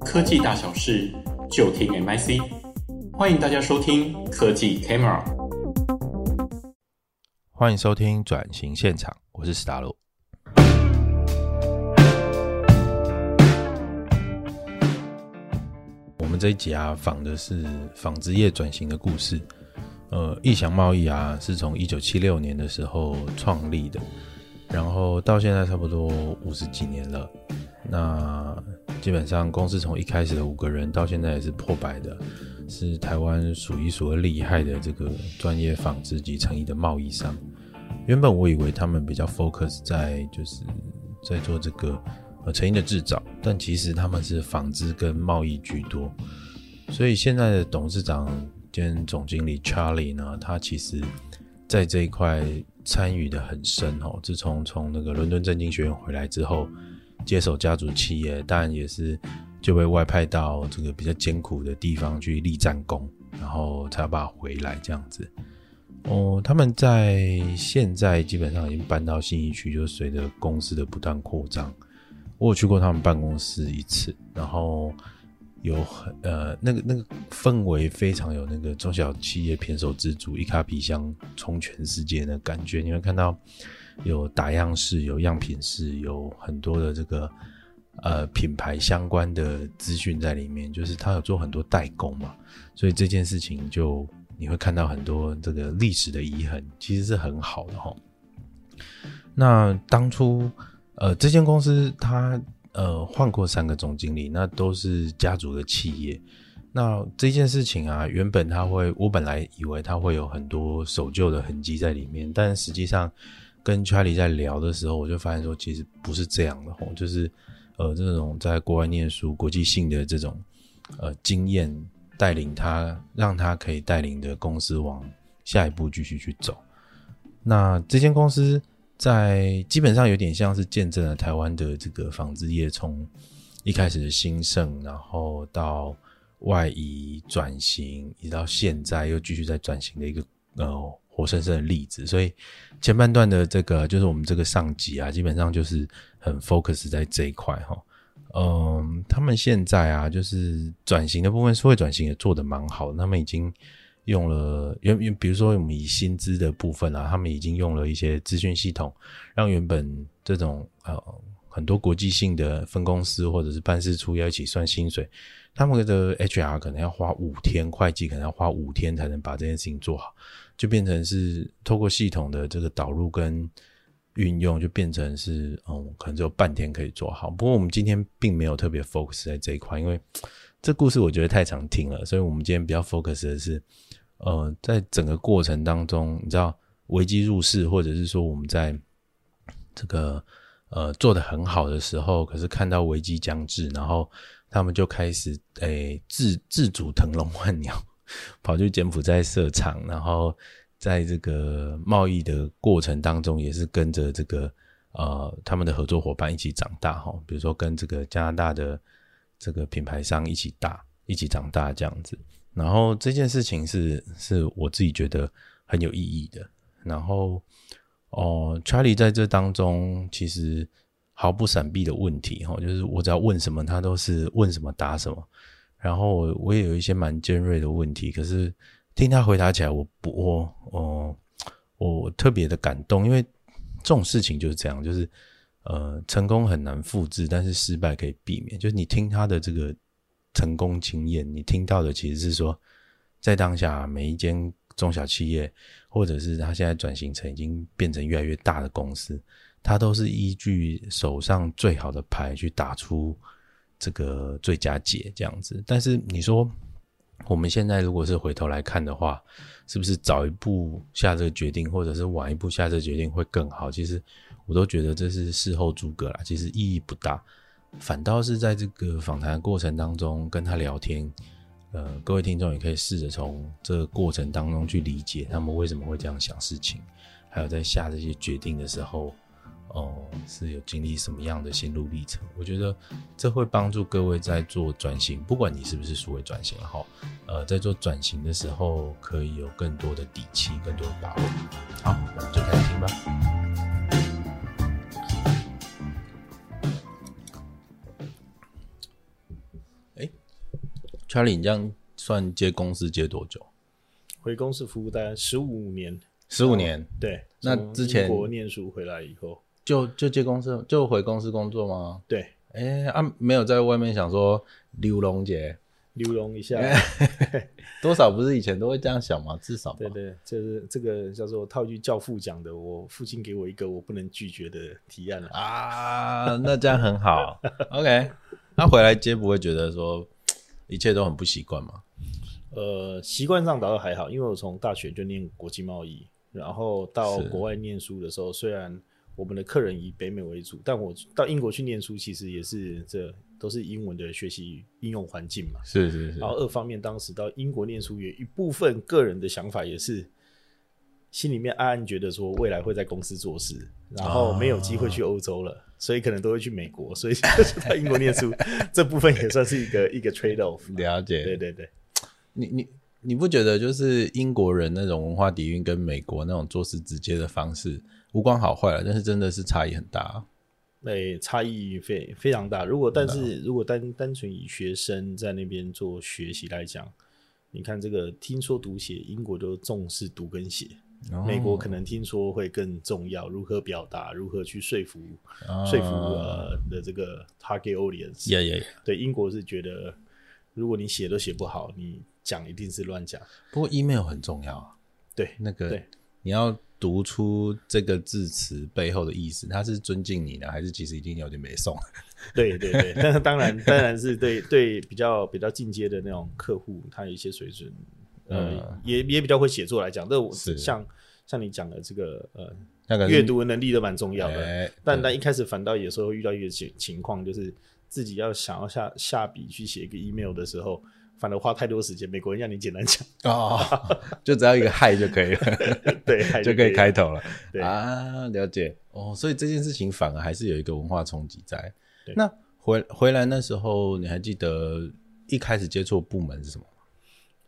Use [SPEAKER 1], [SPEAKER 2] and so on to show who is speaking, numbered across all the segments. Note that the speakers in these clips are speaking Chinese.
[SPEAKER 1] 科技大小事，就听 MIC。欢迎大家收听科技 Camera。
[SPEAKER 2] 欢迎收听转型现场，我是史达洛。我们这一集啊，访的是纺织业转型的故事。呃，易翔贸易啊，是从一九七六年的时候创立的，然后到现在差不多五十几年了。那基本上公司从一开始的五个人，到现在也是破百的，是台湾数一数二厉害的这个专业纺织及成衣的贸易商。原本我以为他们比较 focus 在就是在做这个呃成衣的制造，但其实他们是纺织跟贸易居多。所以现在的董事长兼总经理 Charlie 呢，他其实在这一块参与的很深哦。自从从那个伦敦政经学院回来之后，接手家族企业，但也是就被外派到这个比较艰苦的地方去立战功，然后才把回来这样子。哦，他们在现在基本上已经搬到信义区，就随着公司的不断扩张，我有去过他们办公室一次，然后有很呃那个那个氛围非常有那个中小企业偏手之主一卡皮箱冲全世界的感觉。你会看到有打样室、有样品室、有很多的这个呃品牌相关的资讯在里面，就是他有做很多代工嘛，所以这件事情就你会看到很多这个历史的遗痕，其实是很好的哈。那当初呃，这间公司它呃换过三个总经理，那都是家族的企业。那这件事情啊，原本他会，我本来以为他会有很多守旧的痕迹在里面，但实际上跟 Charlie 在聊的时候，我就发现说，其实不是这样的吼，就是呃这种在国外念书、国际性的这种呃经验，带领他，让他可以带领的公司往下一步继续去走。那这间公司在基本上有点像是见证了台湾的这个纺织业从一开始的兴盛，然后到外移转型，一直到现在又继续在转型的一个呃活生生的例子。所以前半段的这个就是我们这个上集啊，基本上就是很 focus 在这一块哈。嗯，他们现在啊，就是转型的部分，社会转型也做得蛮好的。他们已经用了原原，比如说我们以薪资的部分啊，他们已经用了一些资讯系统，让原本这种呃很多国际性的分公司或者是办事处要一起算薪水，他们的 HR 可能要花五天，会计可能要花五天才能把这件事情做好，就变成是透过系统的这个导入跟运用，就变成是嗯，可能只有半天可以做好。不过我们今天并没有特别 focus 在这一块，因为这故事我觉得太常听了，所以我们今天比较 focus 的是，呃，在整个过程当中，你知道危机入市，或者是说我们在这个呃做的很好的时候，可是看到危机将至，然后他们就开始诶、自自主腾笼 换鸟，跑去柬埔寨设厂，然后在这个贸易的过程当中，也是跟着这个呃他们的合作伙伴一起长大哈，比如说跟这个加拿大的这个品牌商一起大一起长大这样子。然后这件事情是是我自己觉得很有意义的。然后哦，Charlie 在这当中其实毫不闪避的问题哈，就是我只要问什么，他都是问什么答什么。然后我我也有一些蛮尖锐的问题，可是听他回答起来，我不我哦我我特别的感动，因为这种事情就是这样，就是呃成功很难复制，但是失败可以避免。就是你听他的这个成功经验，你听到的其实是说，在当下每一间中小企业，或者是他现在转型成已经变成越来越大的公司，它都是依据手上最好的牌去打出这个最佳解这样子。但是你说我们现在如果是回头来看的话，是不是早一步下这个决定，或者是晚一步下这个决定会更好？其实我都觉得这是事后诸葛啦，其实意义不大。反倒是在这个访谈的过程当中跟他聊天，呃，各位听众也可以试着从这个过程当中去理解他们为什么会这样想事情，还有在下这些决定的时候，哦、是有经历什么样的心路历程。我觉得这会帮助各位在做转型，不管你是不是数位转型哈，呃，在做转型的时候可以有更多的底气，更多的把握。好，我们就开始听吧。 Charlie，你这样算接公司接多久？
[SPEAKER 3] 回公司服务大概十五年，
[SPEAKER 2] 十五年，
[SPEAKER 3] 对。
[SPEAKER 2] 那
[SPEAKER 3] 从
[SPEAKER 2] 之前
[SPEAKER 3] 英国念书回来以后，
[SPEAKER 2] 就就接公司，就回公司工作吗？
[SPEAKER 3] 对，
[SPEAKER 2] 哎、啊，没有在外面想说刘龙杰，
[SPEAKER 3] 流浪一下，
[SPEAKER 2] 哎多少不是以前都会这样想吗？至少吧
[SPEAKER 3] 对对，就是这个叫做套一句教父讲的，我父亲给我一个我不能拒绝的提案啊，
[SPEAKER 2] 啊，那这样很好。OK，那、回来接不会觉得说一切都很不习惯吗？
[SPEAKER 3] 呃，习惯上倒是还好，因为我从大学就念国际贸易，然后到
[SPEAKER 2] 是
[SPEAKER 3] 国外念书的时候，虽然我们的客人以北美为主，但我到英国去念书，其实也是这都是英文的学习应用环境嘛。
[SPEAKER 2] 是是是
[SPEAKER 3] 然后二方面，当时到英国念书，有一部分个人的想法也是心里面暗暗觉得说，未来会在公司做事，然后没有机会
[SPEAKER 2] 啊
[SPEAKER 3] 去欧洲了，所以可能都会去美国，所以 就是到英国念书，这部分也算是一个一个 trade off。
[SPEAKER 2] 了解。
[SPEAKER 3] 对对对，
[SPEAKER 2] 你你你不觉得就是英国人那种文化底蕴跟美国那种做事直接的方式，无关好坏了，但是真的是差异很大啊。
[SPEAKER 3] 那、差异非非常大。如果但
[SPEAKER 2] 啊
[SPEAKER 3] 是如果单单纯以学生在那边做学习来讲，你看这个听说读写，英国都重视读跟写，
[SPEAKER 2] 哦
[SPEAKER 3] 美国可能听说会更重要，如何表达，如何去说服
[SPEAKER 2] 哦
[SPEAKER 3] 说服呃的这个 target
[SPEAKER 2] 嗯
[SPEAKER 3] audience。
[SPEAKER 2] 也也，
[SPEAKER 3] 对，英国是觉得如果你写都写不好，你讲一定是乱讲。
[SPEAKER 2] 不过 email 很重要啊，
[SPEAKER 3] 对，
[SPEAKER 2] 那个
[SPEAKER 3] 对
[SPEAKER 2] 你要读出这个字词背后的意思，他是尊敬你呢，还是其实已经有点没送？
[SPEAKER 3] 对对对，但是当然当然是对对比较比较进阶的那种客户，他有一些水准，呃，也也比较会写作来讲，这我
[SPEAKER 2] 嗯是
[SPEAKER 3] 像像你讲的这个呃
[SPEAKER 2] 那个
[SPEAKER 3] 阅读能力都蛮重要的。
[SPEAKER 2] 哎，
[SPEAKER 3] 但
[SPEAKER 2] 对
[SPEAKER 3] 但一开始反倒有时候会遇到一个情情况，就是自己要想要下下笔去写一个 email 的时候，反而花太多时间。美国人让你简单讲，
[SPEAKER 2] 哦， 就只要一个嗨就可以了。
[SPEAKER 3] 对，还
[SPEAKER 2] 就是可以
[SPEAKER 3] 了
[SPEAKER 2] 开。头了。
[SPEAKER 3] 对
[SPEAKER 2] 啊，了解哦，所以这件事情反而还是有一个文化冲击在
[SPEAKER 3] 对。
[SPEAKER 2] 那回回来那时候，你还记得一开始接触部门是什么吗？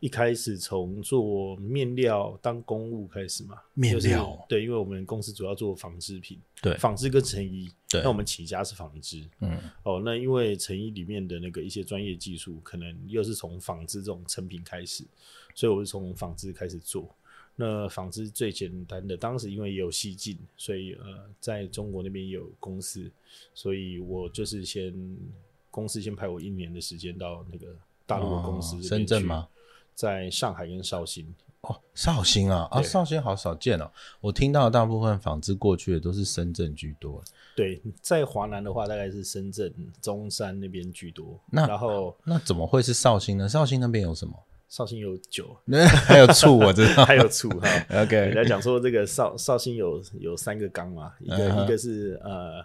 [SPEAKER 3] 一开始从做面料当公务开始嘛，
[SPEAKER 2] 面
[SPEAKER 3] 就是
[SPEAKER 2] 料
[SPEAKER 3] 对，因为我们公司主要做纺织品，
[SPEAKER 2] 对
[SPEAKER 3] 纺织跟成衣，
[SPEAKER 2] 对
[SPEAKER 3] 那我们起家是纺织，
[SPEAKER 2] 嗯，
[SPEAKER 3] 哦，那因为成衣里面的那个一些专业技术，可能又是从纺织这种成品开始，所以我是从纺织开始做。那纺织最简单的，当时因为也有西进，所以呃，在中国那边也有公司，所以我就是先公司先派我一年的时间到那个大陆的公司、
[SPEAKER 2] 哦深圳吗？？
[SPEAKER 3] 在上海跟绍兴，
[SPEAKER 2] 哦，绍兴啊，啊，
[SPEAKER 3] 对
[SPEAKER 2] 绍兴好少见哦。我听到的大部分纺织过去的都是深圳居多。
[SPEAKER 3] 对，在华南的话，大概是深圳、中山那边居多。
[SPEAKER 2] 那
[SPEAKER 3] 然后
[SPEAKER 2] 那怎么会是绍兴呢？绍兴那边有 什么？
[SPEAKER 3] 绍兴有酒，
[SPEAKER 2] 还有醋，我知道。
[SPEAKER 3] 还有醋哈。人
[SPEAKER 2] OK，
[SPEAKER 3] 家讲说这个绍绍兴有有三个缸嘛，一个、
[SPEAKER 2] 嗯哼
[SPEAKER 3] 一个是呃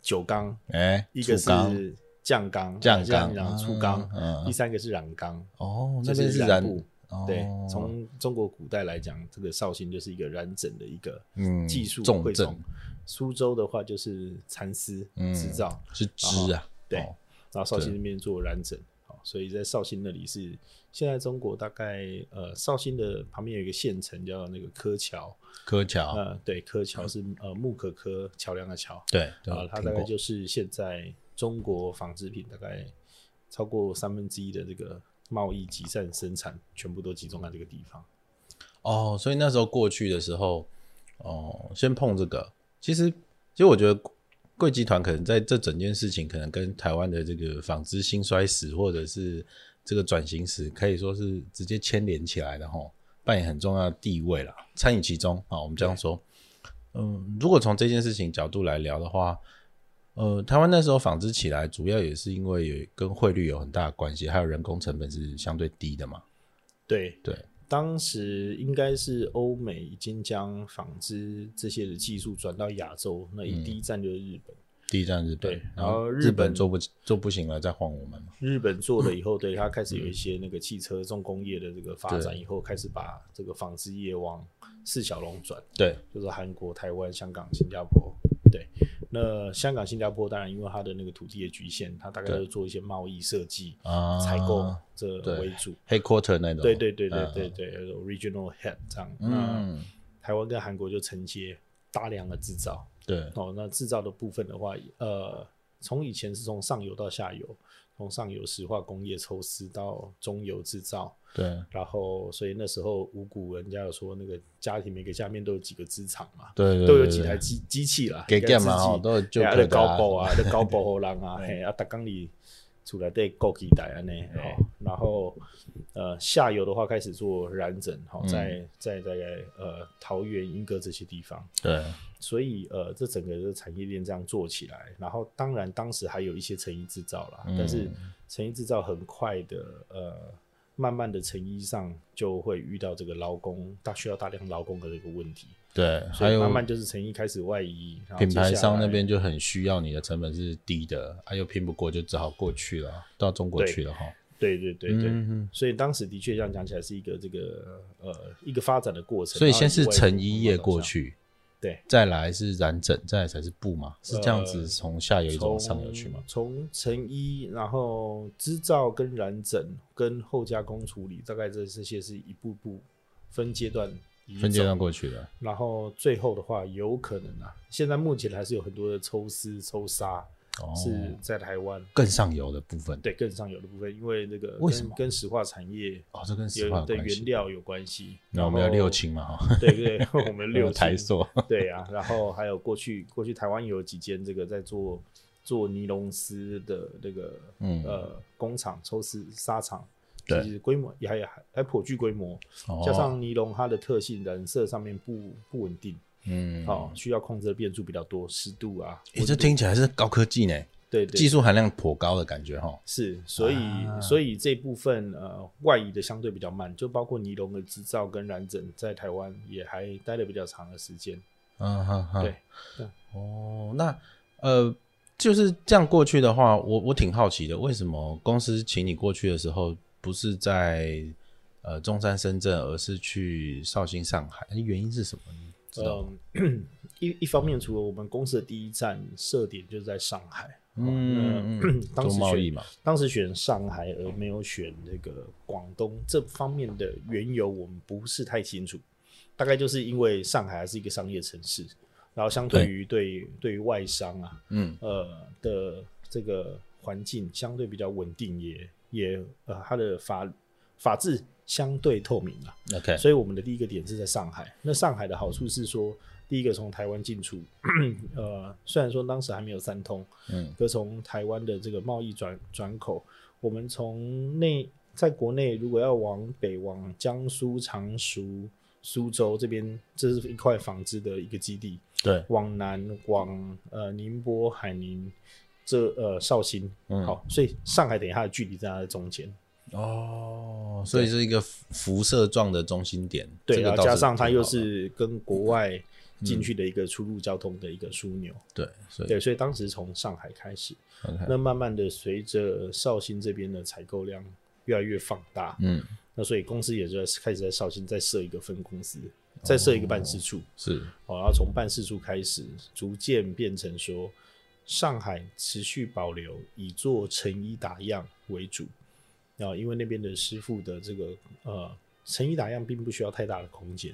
[SPEAKER 3] 酒缸，
[SPEAKER 2] 哎，
[SPEAKER 3] 一个
[SPEAKER 2] 醋缸
[SPEAKER 3] 是酱缸，
[SPEAKER 2] 酱
[SPEAKER 3] 像
[SPEAKER 2] 缸、
[SPEAKER 3] 讲醋缸，
[SPEAKER 2] 嗯，
[SPEAKER 3] 第
[SPEAKER 2] 嗯
[SPEAKER 3] 三个是染缸，
[SPEAKER 2] 哦，
[SPEAKER 3] 就
[SPEAKER 2] 那边
[SPEAKER 3] 是
[SPEAKER 2] 是
[SPEAKER 3] 染
[SPEAKER 2] 染
[SPEAKER 3] 布。
[SPEAKER 2] 哦
[SPEAKER 3] 对，从中国古代来讲，这个绍兴就是一个染整的一个
[SPEAKER 2] 嗯
[SPEAKER 3] 技术
[SPEAKER 2] 重
[SPEAKER 3] 汇总
[SPEAKER 2] 症。
[SPEAKER 3] 苏州的话就是蚕丝
[SPEAKER 2] 嗯
[SPEAKER 3] 制造，
[SPEAKER 2] 是织啊，
[SPEAKER 3] 对
[SPEAKER 2] 哦
[SPEAKER 3] 然后绍兴
[SPEAKER 2] 对
[SPEAKER 3] 那边做染整，好，所以在绍兴那里是现在中国大概呃绍兴的旁边有一个县城叫那个柯桥，
[SPEAKER 2] 柯桥，
[SPEAKER 3] 呃，对，柯桥是呃木可柯桥梁的桥，
[SPEAKER 2] 对，对
[SPEAKER 3] 啊，它
[SPEAKER 2] 听
[SPEAKER 3] 大概
[SPEAKER 2] 过
[SPEAKER 3] 就是现在中国纺织品大概超过三分之一的这个贸易集散生产，全部都集中在这个地方。
[SPEAKER 2] 哦，所以那时候过去的时候，哦，先碰这个。其实，其实我觉得贵集团可能在这整件事情，可能跟台湾的这个纺织兴衰史，或者是这个转型史，可以说是直接牵连起来的哈，扮演很重要的地位啦，参与其中啊。我们这样说，嗯，如果从这件事情角度来聊的话，呃，台湾那时候纺织起来，主要也是因为有跟汇率有很大的关系，还有人工成本是相对低的嘛。
[SPEAKER 3] 对
[SPEAKER 2] 对，
[SPEAKER 3] 当时应该是欧美已经将纺织这些的技术转到亚洲，那
[SPEAKER 2] 嗯
[SPEAKER 3] 一第一站就是日本。
[SPEAKER 2] 第一站日本
[SPEAKER 3] 对，
[SPEAKER 2] 然
[SPEAKER 3] 然后
[SPEAKER 2] 后
[SPEAKER 3] 日
[SPEAKER 2] 日本
[SPEAKER 3] 本
[SPEAKER 2] 做不做不行了，再换我们嘛。
[SPEAKER 3] 日本做了以后，对它开
[SPEAKER 2] 嗯
[SPEAKER 3] 始有一些那个汽车重工业的这个发展以后，开始把这个纺织业往四小龙转。
[SPEAKER 2] 对，
[SPEAKER 3] 就是韩国、台湾、香港、新加坡。对，那香港、新加坡当然因为它的那个土地的局限，它大概
[SPEAKER 2] 对
[SPEAKER 3] 就做一些贸易设计、
[SPEAKER 2] 啊，
[SPEAKER 3] 采购这
[SPEAKER 2] 对
[SPEAKER 3] 为主。
[SPEAKER 2] 黑 quarter 那种，
[SPEAKER 3] 对对对对
[SPEAKER 2] 嗯
[SPEAKER 3] 对，对有，original head 这样。那
[SPEAKER 2] 嗯，
[SPEAKER 3] 台湾跟韩国就承接大量的制造。
[SPEAKER 2] 对，
[SPEAKER 3] 哦，那制造的部分的话，呃，从以前是从上游到下游，从上游石化工业抽丝到中游制造，
[SPEAKER 2] 对
[SPEAKER 3] 然后所以那时候五谷人家有说那个家庭每个家面都有几个织厂嘛，
[SPEAKER 2] 对对，
[SPEAKER 3] 都有几
[SPEAKER 2] 对
[SPEAKER 3] 台机机器啦，
[SPEAKER 2] 给
[SPEAKER 3] 应该
[SPEAKER 2] game 嘛
[SPEAKER 3] 自己
[SPEAKER 2] 吼，都有就
[SPEAKER 3] 对啊，
[SPEAKER 2] 可
[SPEAKER 3] 咧
[SPEAKER 2] 以
[SPEAKER 3] 高
[SPEAKER 2] 打
[SPEAKER 3] 保啊，咧高保互人 啊，嘿，啊，逐工里厝内底顾期待安尼，吼、然后呃下游的话开始做染整，吼、
[SPEAKER 2] 嗯
[SPEAKER 3] 在在大概呃桃园、莺歌这些地方，
[SPEAKER 2] 对
[SPEAKER 3] 所以呃这整个的产业链这样做起来，然后当然当时还有一些成衣制造
[SPEAKER 2] 嗯
[SPEAKER 3] 啦，但是成衣制造很快的呃。慢慢的成衣上就会遇到这个劳工，大需要大量劳工的这个问题，
[SPEAKER 2] 对，
[SPEAKER 3] 所
[SPEAKER 2] 还
[SPEAKER 3] 以
[SPEAKER 2] 有
[SPEAKER 3] 慢慢就是成衣开始外移，然后
[SPEAKER 2] 品牌
[SPEAKER 3] 接下
[SPEAKER 2] 商那
[SPEAKER 3] 来
[SPEAKER 2] 边就很需要你的成本是低的，啊又拼不过，就只好过去了，到中国
[SPEAKER 3] 对
[SPEAKER 2] 去了哈。
[SPEAKER 3] 对对对对，
[SPEAKER 4] 嗯哼
[SPEAKER 3] 所以当时的确这样讲起来是一个这个呃一个发展的过程。
[SPEAKER 2] 所以
[SPEAKER 3] 然后
[SPEAKER 2] 先是
[SPEAKER 3] 外部
[SPEAKER 2] 成衣业
[SPEAKER 3] 慢慢
[SPEAKER 2] 过
[SPEAKER 3] 上，
[SPEAKER 2] 去，
[SPEAKER 3] 对，
[SPEAKER 2] 再来是染整，再来才是布嘛，是这样子
[SPEAKER 3] 呃
[SPEAKER 2] 从下游一直
[SPEAKER 3] 从
[SPEAKER 2] 往上游去嘛？
[SPEAKER 3] 从成衣，然后织造跟染整跟后加工处理，大概这这些是一步步分阶段移
[SPEAKER 2] 分阶
[SPEAKER 3] 走
[SPEAKER 2] 段过去的，
[SPEAKER 3] 然后最后的话，有可能啊，现在目前还是有很多的抽丝抽纱、
[SPEAKER 2] 哦，
[SPEAKER 3] 是在台湾
[SPEAKER 2] 更上游的部分。，
[SPEAKER 3] 对更上游的部分，因为那个
[SPEAKER 2] 为什
[SPEAKER 3] 跟
[SPEAKER 2] 么
[SPEAKER 3] 跟石化产业
[SPEAKER 2] 哦，这跟石化
[SPEAKER 3] 有
[SPEAKER 2] 有
[SPEAKER 3] 的
[SPEAKER 2] 关
[SPEAKER 3] 原
[SPEAKER 2] 系。
[SPEAKER 3] 料有关系。
[SPEAKER 2] 那我们要
[SPEAKER 3] 然后
[SPEAKER 2] 六亲嘛哈，
[SPEAKER 3] 对对， 我们六
[SPEAKER 2] 有台
[SPEAKER 3] 星
[SPEAKER 2] 塑，
[SPEAKER 3] 对啊，然后还有过去过去台湾有几间这个在做做尼龙丝的那个、
[SPEAKER 2] 嗯
[SPEAKER 3] 呃工厂抽丝纱厂，
[SPEAKER 2] 对
[SPEAKER 3] 其实规模也还还还颇具规模，
[SPEAKER 2] 哦
[SPEAKER 3] 加上尼龙它的特性染色上面不不稳定，
[SPEAKER 2] 嗯，
[SPEAKER 3] 哦，需要控制的变数比较多，湿度啊，
[SPEAKER 2] 诶，这听起来是高科技呢，
[SPEAKER 3] 对对
[SPEAKER 2] 技术含量颇高的感觉哈。
[SPEAKER 3] 是，所以、
[SPEAKER 2] 啊
[SPEAKER 3] 所以这部分呃外移的相对比较慢，就包括尼龙的制造跟染整在台湾也还待了比较长的时间，
[SPEAKER 2] 嗯哼哼，
[SPEAKER 3] 对对
[SPEAKER 2] 哦，那呃，就是这样过去的话，我我挺好奇的，为什么公司请你过去的时候，不是在呃中山、深圳，而是去绍兴、上海？诶原因是什么？你知道吗？
[SPEAKER 3] 嗯，一一方面，除了我们公司的第一站设点就是在上海，
[SPEAKER 2] 嗯，
[SPEAKER 3] 哦那
[SPEAKER 2] 嗯
[SPEAKER 3] 当
[SPEAKER 2] 中
[SPEAKER 3] 时
[SPEAKER 2] 贸
[SPEAKER 3] 选
[SPEAKER 2] 易嘛，
[SPEAKER 3] 当时选上海而没有选这个广东这方面的缘由，我们不是太清楚。大概就是因为上海还是一个商业城市，然后相对于对对于外商啊，
[SPEAKER 2] 嗯，
[SPEAKER 3] 呃的这个环境相对比较稳定也，也呃它的法法治相对透明啊，
[SPEAKER 2] ，OK，
[SPEAKER 3] 所以我们的第一个点是在上海。那上海的好处是说，第一个从台湾进出，呃，虽然说当时还没有三通，
[SPEAKER 2] 嗯，
[SPEAKER 3] 可从台湾的这个贸易转转口，我们从内在国内如果要往北往江苏常熟。苏州这边，这是一块纺织的一个基地。
[SPEAKER 2] 对，
[SPEAKER 3] 往南往呃宁波、海宁，这呃绍兴，
[SPEAKER 2] 嗯
[SPEAKER 3] 好，所以上海等于它的距离在它的中间，
[SPEAKER 2] 哦，所以是一个辐辐射状的中心点，
[SPEAKER 3] 对，
[SPEAKER 2] 这个
[SPEAKER 3] 然
[SPEAKER 2] 倒
[SPEAKER 3] 后
[SPEAKER 2] 是
[SPEAKER 3] 加上它
[SPEAKER 2] 挺
[SPEAKER 3] 又
[SPEAKER 2] 好的
[SPEAKER 3] 是跟国外进去的一个出入交通的一个枢纽，
[SPEAKER 2] 对，所以
[SPEAKER 3] 对，所以当时从上海开始，
[SPEAKER 2] 嗯 OK，
[SPEAKER 3] 那慢慢的随着绍兴这边的采购量越来越放大，
[SPEAKER 2] 嗯，
[SPEAKER 3] 那所以公司也就在开始在绍兴再设一个分公司，
[SPEAKER 2] 哦
[SPEAKER 3] 再设一个办事处，
[SPEAKER 2] 是
[SPEAKER 3] 哦，然后从办事处开始，逐渐变成说，上海持续保留以做成衣打样为主，啊、因为那边的师傅的这个呃成衣打样并不需要太大的空间，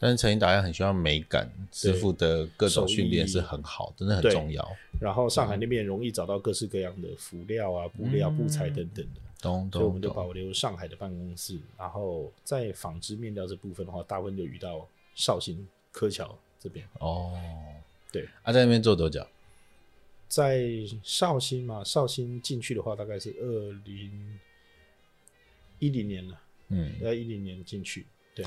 [SPEAKER 2] 但是成衣打样很需要美感，师傅的各种训练是很好，真的很
[SPEAKER 3] 对
[SPEAKER 2] 重要。
[SPEAKER 3] 然后上海
[SPEAKER 2] 嗯
[SPEAKER 3] 那边容易找到各式各样的辅料啊、布料、布材等等的，
[SPEAKER 2] 嗯懂
[SPEAKER 3] 所以我们
[SPEAKER 2] 懂
[SPEAKER 3] 就
[SPEAKER 2] 懂。
[SPEAKER 3] 保留上海的办公室，然后在纺织面料这部分的话，大部分就移到绍兴柯桥这边，
[SPEAKER 2] 哦，
[SPEAKER 3] 对。
[SPEAKER 2] 啊，在那边做多久？
[SPEAKER 3] 在绍兴嘛，绍兴进去的话大概是二零一零年了，
[SPEAKER 2] 嗯，
[SPEAKER 3] 要一零年进去。对，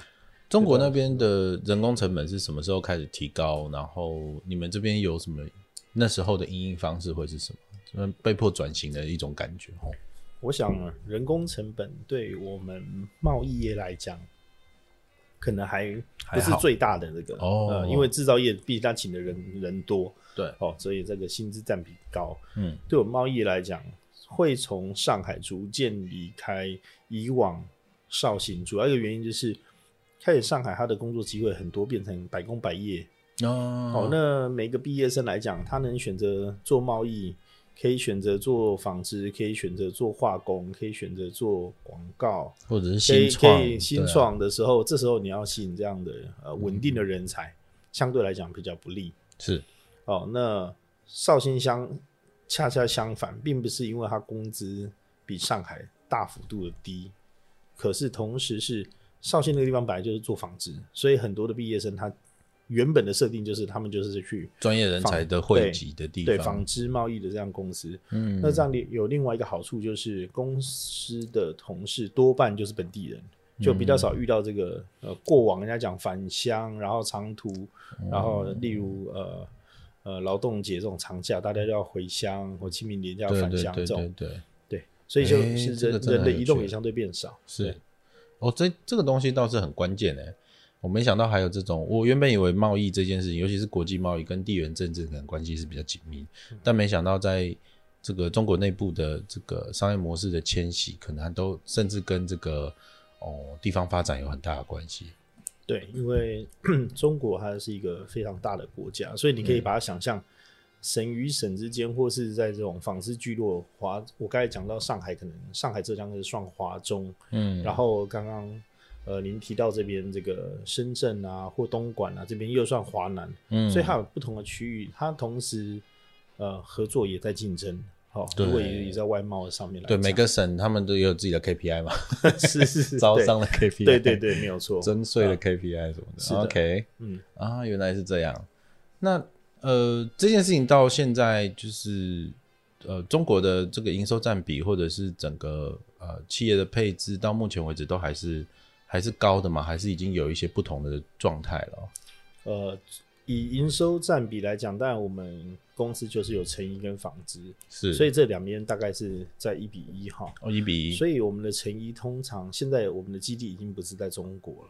[SPEAKER 2] 中国那边的人工成本是什么时候开始提高？然后你们这边有什么那时候的应应方式会是什么？嗯，被迫转型的一种感觉哦。
[SPEAKER 3] 我想啊人工成本对我们贸易业来讲，可能还不是
[SPEAKER 2] 好
[SPEAKER 3] 最大的这个
[SPEAKER 2] 哦
[SPEAKER 3] 呃因为制造业毕竟他请的人人多
[SPEAKER 2] 对，
[SPEAKER 3] 哦，所以这个薪资占比高。
[SPEAKER 2] 嗯，
[SPEAKER 3] 对我们贸易业来讲，会从上海逐渐离开以往绍兴，主要一个原因就是开始上海，它的工作机会很多变成百工百业。
[SPEAKER 2] 哦
[SPEAKER 3] 哦，那每个毕业生来讲，他能选择做贸易，可以选择做纺织，可以选择做化工，可以选择做广告，
[SPEAKER 2] 或者是
[SPEAKER 3] 可
[SPEAKER 2] 新
[SPEAKER 3] 以
[SPEAKER 2] 创
[SPEAKER 3] 可以，新
[SPEAKER 2] 对啊嗯
[SPEAKER 3] 创的时候，这时候你要吸引这样的呃稳定的人才，相对来讲比较不利。
[SPEAKER 2] 是
[SPEAKER 3] 哦，那绍兴乡恰恰相反，并不是因为它工资比上海大幅度的低，可是同时是绍兴那个地方本来就是做纺织，所以很多的毕业生他原本的设定就是他们就是去
[SPEAKER 2] 专业人才的汇集的地
[SPEAKER 3] 对
[SPEAKER 2] 方
[SPEAKER 3] 纺，织贸易的这样公司。
[SPEAKER 2] 嗯，
[SPEAKER 3] 那这样有另外一个好处就是，公司的同事多半就是本地人，
[SPEAKER 2] 嗯
[SPEAKER 3] 就比较少遇到这个呃过往人家讲返乡，然后长途，
[SPEAKER 2] 哦
[SPEAKER 3] 然后例如呃呃劳动节这种长假，大家就要回乡或清明年假要
[SPEAKER 2] 对
[SPEAKER 3] 返
[SPEAKER 2] 对
[SPEAKER 3] 乡
[SPEAKER 2] 对对
[SPEAKER 3] 这种，
[SPEAKER 2] 对，
[SPEAKER 3] 对，所以就
[SPEAKER 2] 诶
[SPEAKER 3] 是
[SPEAKER 2] 这个
[SPEAKER 3] 人
[SPEAKER 2] 真的
[SPEAKER 3] 人的
[SPEAKER 2] 很
[SPEAKER 3] 移动
[SPEAKER 2] 有
[SPEAKER 3] 也
[SPEAKER 2] 趣
[SPEAKER 3] 相对变少，
[SPEAKER 2] 是
[SPEAKER 3] 对。
[SPEAKER 2] 哦，这这个东西倒是很关键诶，我没想到还有这种。我原本以为贸易这件事情，尤其是国际贸易跟地缘政治可能关系是比较紧密，
[SPEAKER 3] 嗯
[SPEAKER 2] 但没想到在这个中国内部的这个商业模式的迁徙，可能还都甚至跟这个哦地方发展有很大的关系。
[SPEAKER 3] 对，
[SPEAKER 2] 嗯
[SPEAKER 3] 因为 中国它是一个非常大的国家，所以你可
[SPEAKER 2] 嗯
[SPEAKER 3] 以把它想象省与省之间，或是在这种纺织聚落华。我刚才讲到上海，可能上海、浙江是算华中，
[SPEAKER 2] 嗯，
[SPEAKER 3] 然后刚刚呃您提到这边这个深圳啊或东莞啊这边又算华南，
[SPEAKER 2] 嗯
[SPEAKER 3] 所以它有不同的区域，它同时呃合作也在竞争。好、
[SPEAKER 2] 对
[SPEAKER 3] 如果也也在外贸上面来
[SPEAKER 2] 对
[SPEAKER 3] 讲，
[SPEAKER 2] 每个省他们都也有自己的 KPI 嘛，
[SPEAKER 3] 是是 是
[SPEAKER 2] 招
[SPEAKER 3] 对
[SPEAKER 2] 商的 KPI，
[SPEAKER 3] 对对对，没 有错，
[SPEAKER 2] 征税的
[SPEAKER 3] 啊
[SPEAKER 2] KPI 什么
[SPEAKER 3] 是
[SPEAKER 2] 的。
[SPEAKER 3] 的
[SPEAKER 2] OK，
[SPEAKER 3] 嗯。
[SPEAKER 2] 啊，原来是这样。那呃，这件事情到现在就是呃，中国的这个营收占比或者是整个呃企业的配置，到目前为止都还是还是高的嘛，还是已经有一些不同的状态了哦。
[SPEAKER 3] 呃，以营收占比来讲，当然我们公司就是有成衣跟纺织，
[SPEAKER 2] 是，
[SPEAKER 3] 所以这两边大概是在一比一哈。
[SPEAKER 2] 哦一比一，
[SPEAKER 3] 所以我们的成衣通常现在我们的基地已经不是在中国了，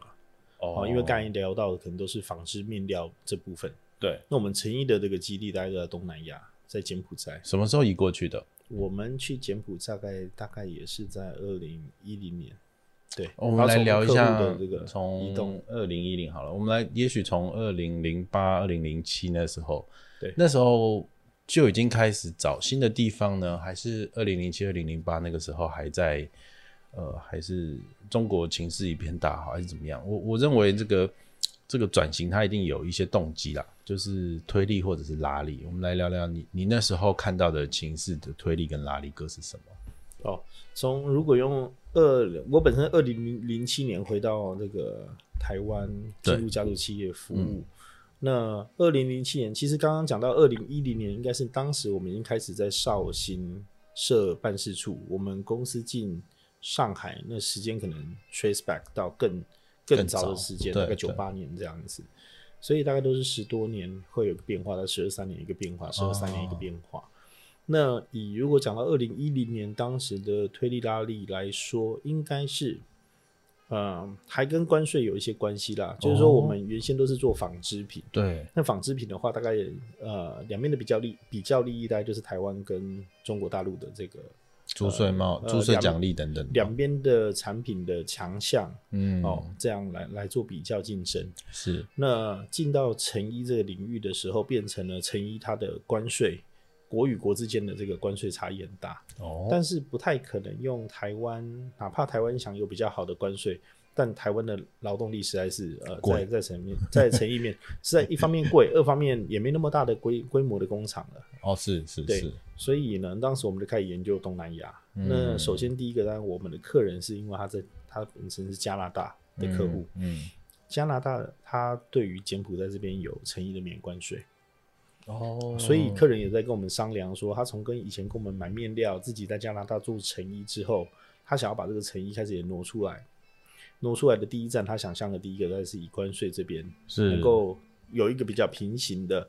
[SPEAKER 2] 哦
[SPEAKER 3] 哦，因为刚才聊到的可能都是纺织面料这部分。
[SPEAKER 2] 对
[SPEAKER 3] 那我们成衣的这个基地大概都在东南亚，在柬埔寨。
[SPEAKER 2] 什么时候移过去的？
[SPEAKER 3] 我们去柬埔寨大概大概也是在二零一零年，对。
[SPEAKER 2] 我们
[SPEAKER 3] 然后
[SPEAKER 2] 来
[SPEAKER 3] 从
[SPEAKER 2] 聊一
[SPEAKER 3] 客户
[SPEAKER 2] 下
[SPEAKER 3] 的这个移动
[SPEAKER 2] 从二零一零好了，我们来也许从二零零八、二零零七那时候，
[SPEAKER 3] 对
[SPEAKER 2] 那时候就已经开始找新的地方呢，还是二零零七、二零零八那个时候还在，呃，还是中国情势一片大好，还是怎么样？我我认为这个这个转型它一定有一些动机啦，就是推力或者是拉力。我们来聊聊你你那时候看到的情势的推力跟拉力各是什么？
[SPEAKER 3] 哦，从如果用二，我本身二零零零七年回到这个台湾进入家族企业服务。
[SPEAKER 2] 嗯
[SPEAKER 3] 那二零零七年，其实刚刚讲到二零一零年，应该是当时我们已经开始在绍兴设办事处，我们公司进上海，那时间可能 trace back 到更更
[SPEAKER 2] 更
[SPEAKER 3] 早
[SPEAKER 2] 早
[SPEAKER 3] 的时间，
[SPEAKER 2] 对
[SPEAKER 3] 大概
[SPEAKER 2] 对
[SPEAKER 3] 九八年这样子。所以大概都是十多年会有个变化，在十二三年一个变化，十二三年一个变化。那以如果讲到二零一零年当时的推力拉力来说，应该是，呃，还跟关税有一些关系啦。就是说，我们原先都是做纺织品，
[SPEAKER 2] 对，
[SPEAKER 3] 那纺织品的话，大概呃两边的比较利比较利益，大概就是台湾跟中国大陆的这个
[SPEAKER 2] 租税帽、
[SPEAKER 3] 呃
[SPEAKER 2] 租税
[SPEAKER 3] 两
[SPEAKER 2] 奖励等等的，
[SPEAKER 3] 两边的产品的强项、
[SPEAKER 2] 嗯
[SPEAKER 3] 哦，这样来来做比较竞争。
[SPEAKER 2] 是
[SPEAKER 3] 那进到成衣这个领域的时候，变成了成衣它的关税，国与国之间的这个关税差异很大，
[SPEAKER 2] 哦，
[SPEAKER 3] 但是不太可能用台湾，哪怕台湾享有比较好的关税，但台湾的劳动力实在是呃，在
[SPEAKER 2] 贵
[SPEAKER 3] 在成面， 在成衣面是在一方面 贵，二方面也没那么大的规规模的工厂了。
[SPEAKER 2] 哦是是
[SPEAKER 3] 对
[SPEAKER 2] 是，
[SPEAKER 3] 所以呢，当时我们就开始研究东南亚。
[SPEAKER 2] 嗯
[SPEAKER 3] 那首先第一个，当然我们的客人是因为他在他本身是加拿大的客户，
[SPEAKER 2] 嗯，
[SPEAKER 3] 加拿大它对于柬埔寨这边有诚意的免关税，
[SPEAKER 2] 哦
[SPEAKER 3] 所以客人也在跟我们商量说，他从跟以前跟我们买面料，自己在加拿大做成衣之后，他想要把这个成衣开始也挪出来，挪出来的第一站，他想象的第一个，但是以关税这边
[SPEAKER 2] 是
[SPEAKER 3] 能够有一个比较平行的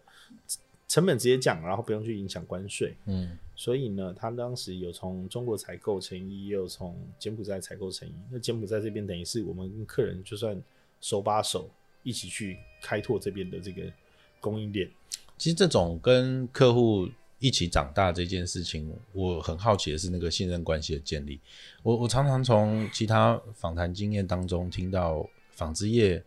[SPEAKER 3] 成本直接降，然后不用去影响关税。
[SPEAKER 2] 嗯
[SPEAKER 3] 所以呢，他当时有从中国采购成衣，也有从柬埔寨采购成衣。那柬埔寨这边等于是我们跟客人就算手把手一起去开拓这边的这个供应链。
[SPEAKER 2] 其实这种跟客户一起长大这件事情，我很好奇的是那个信任关系的建立。我我常常从其他访谈经验当中听到纺织业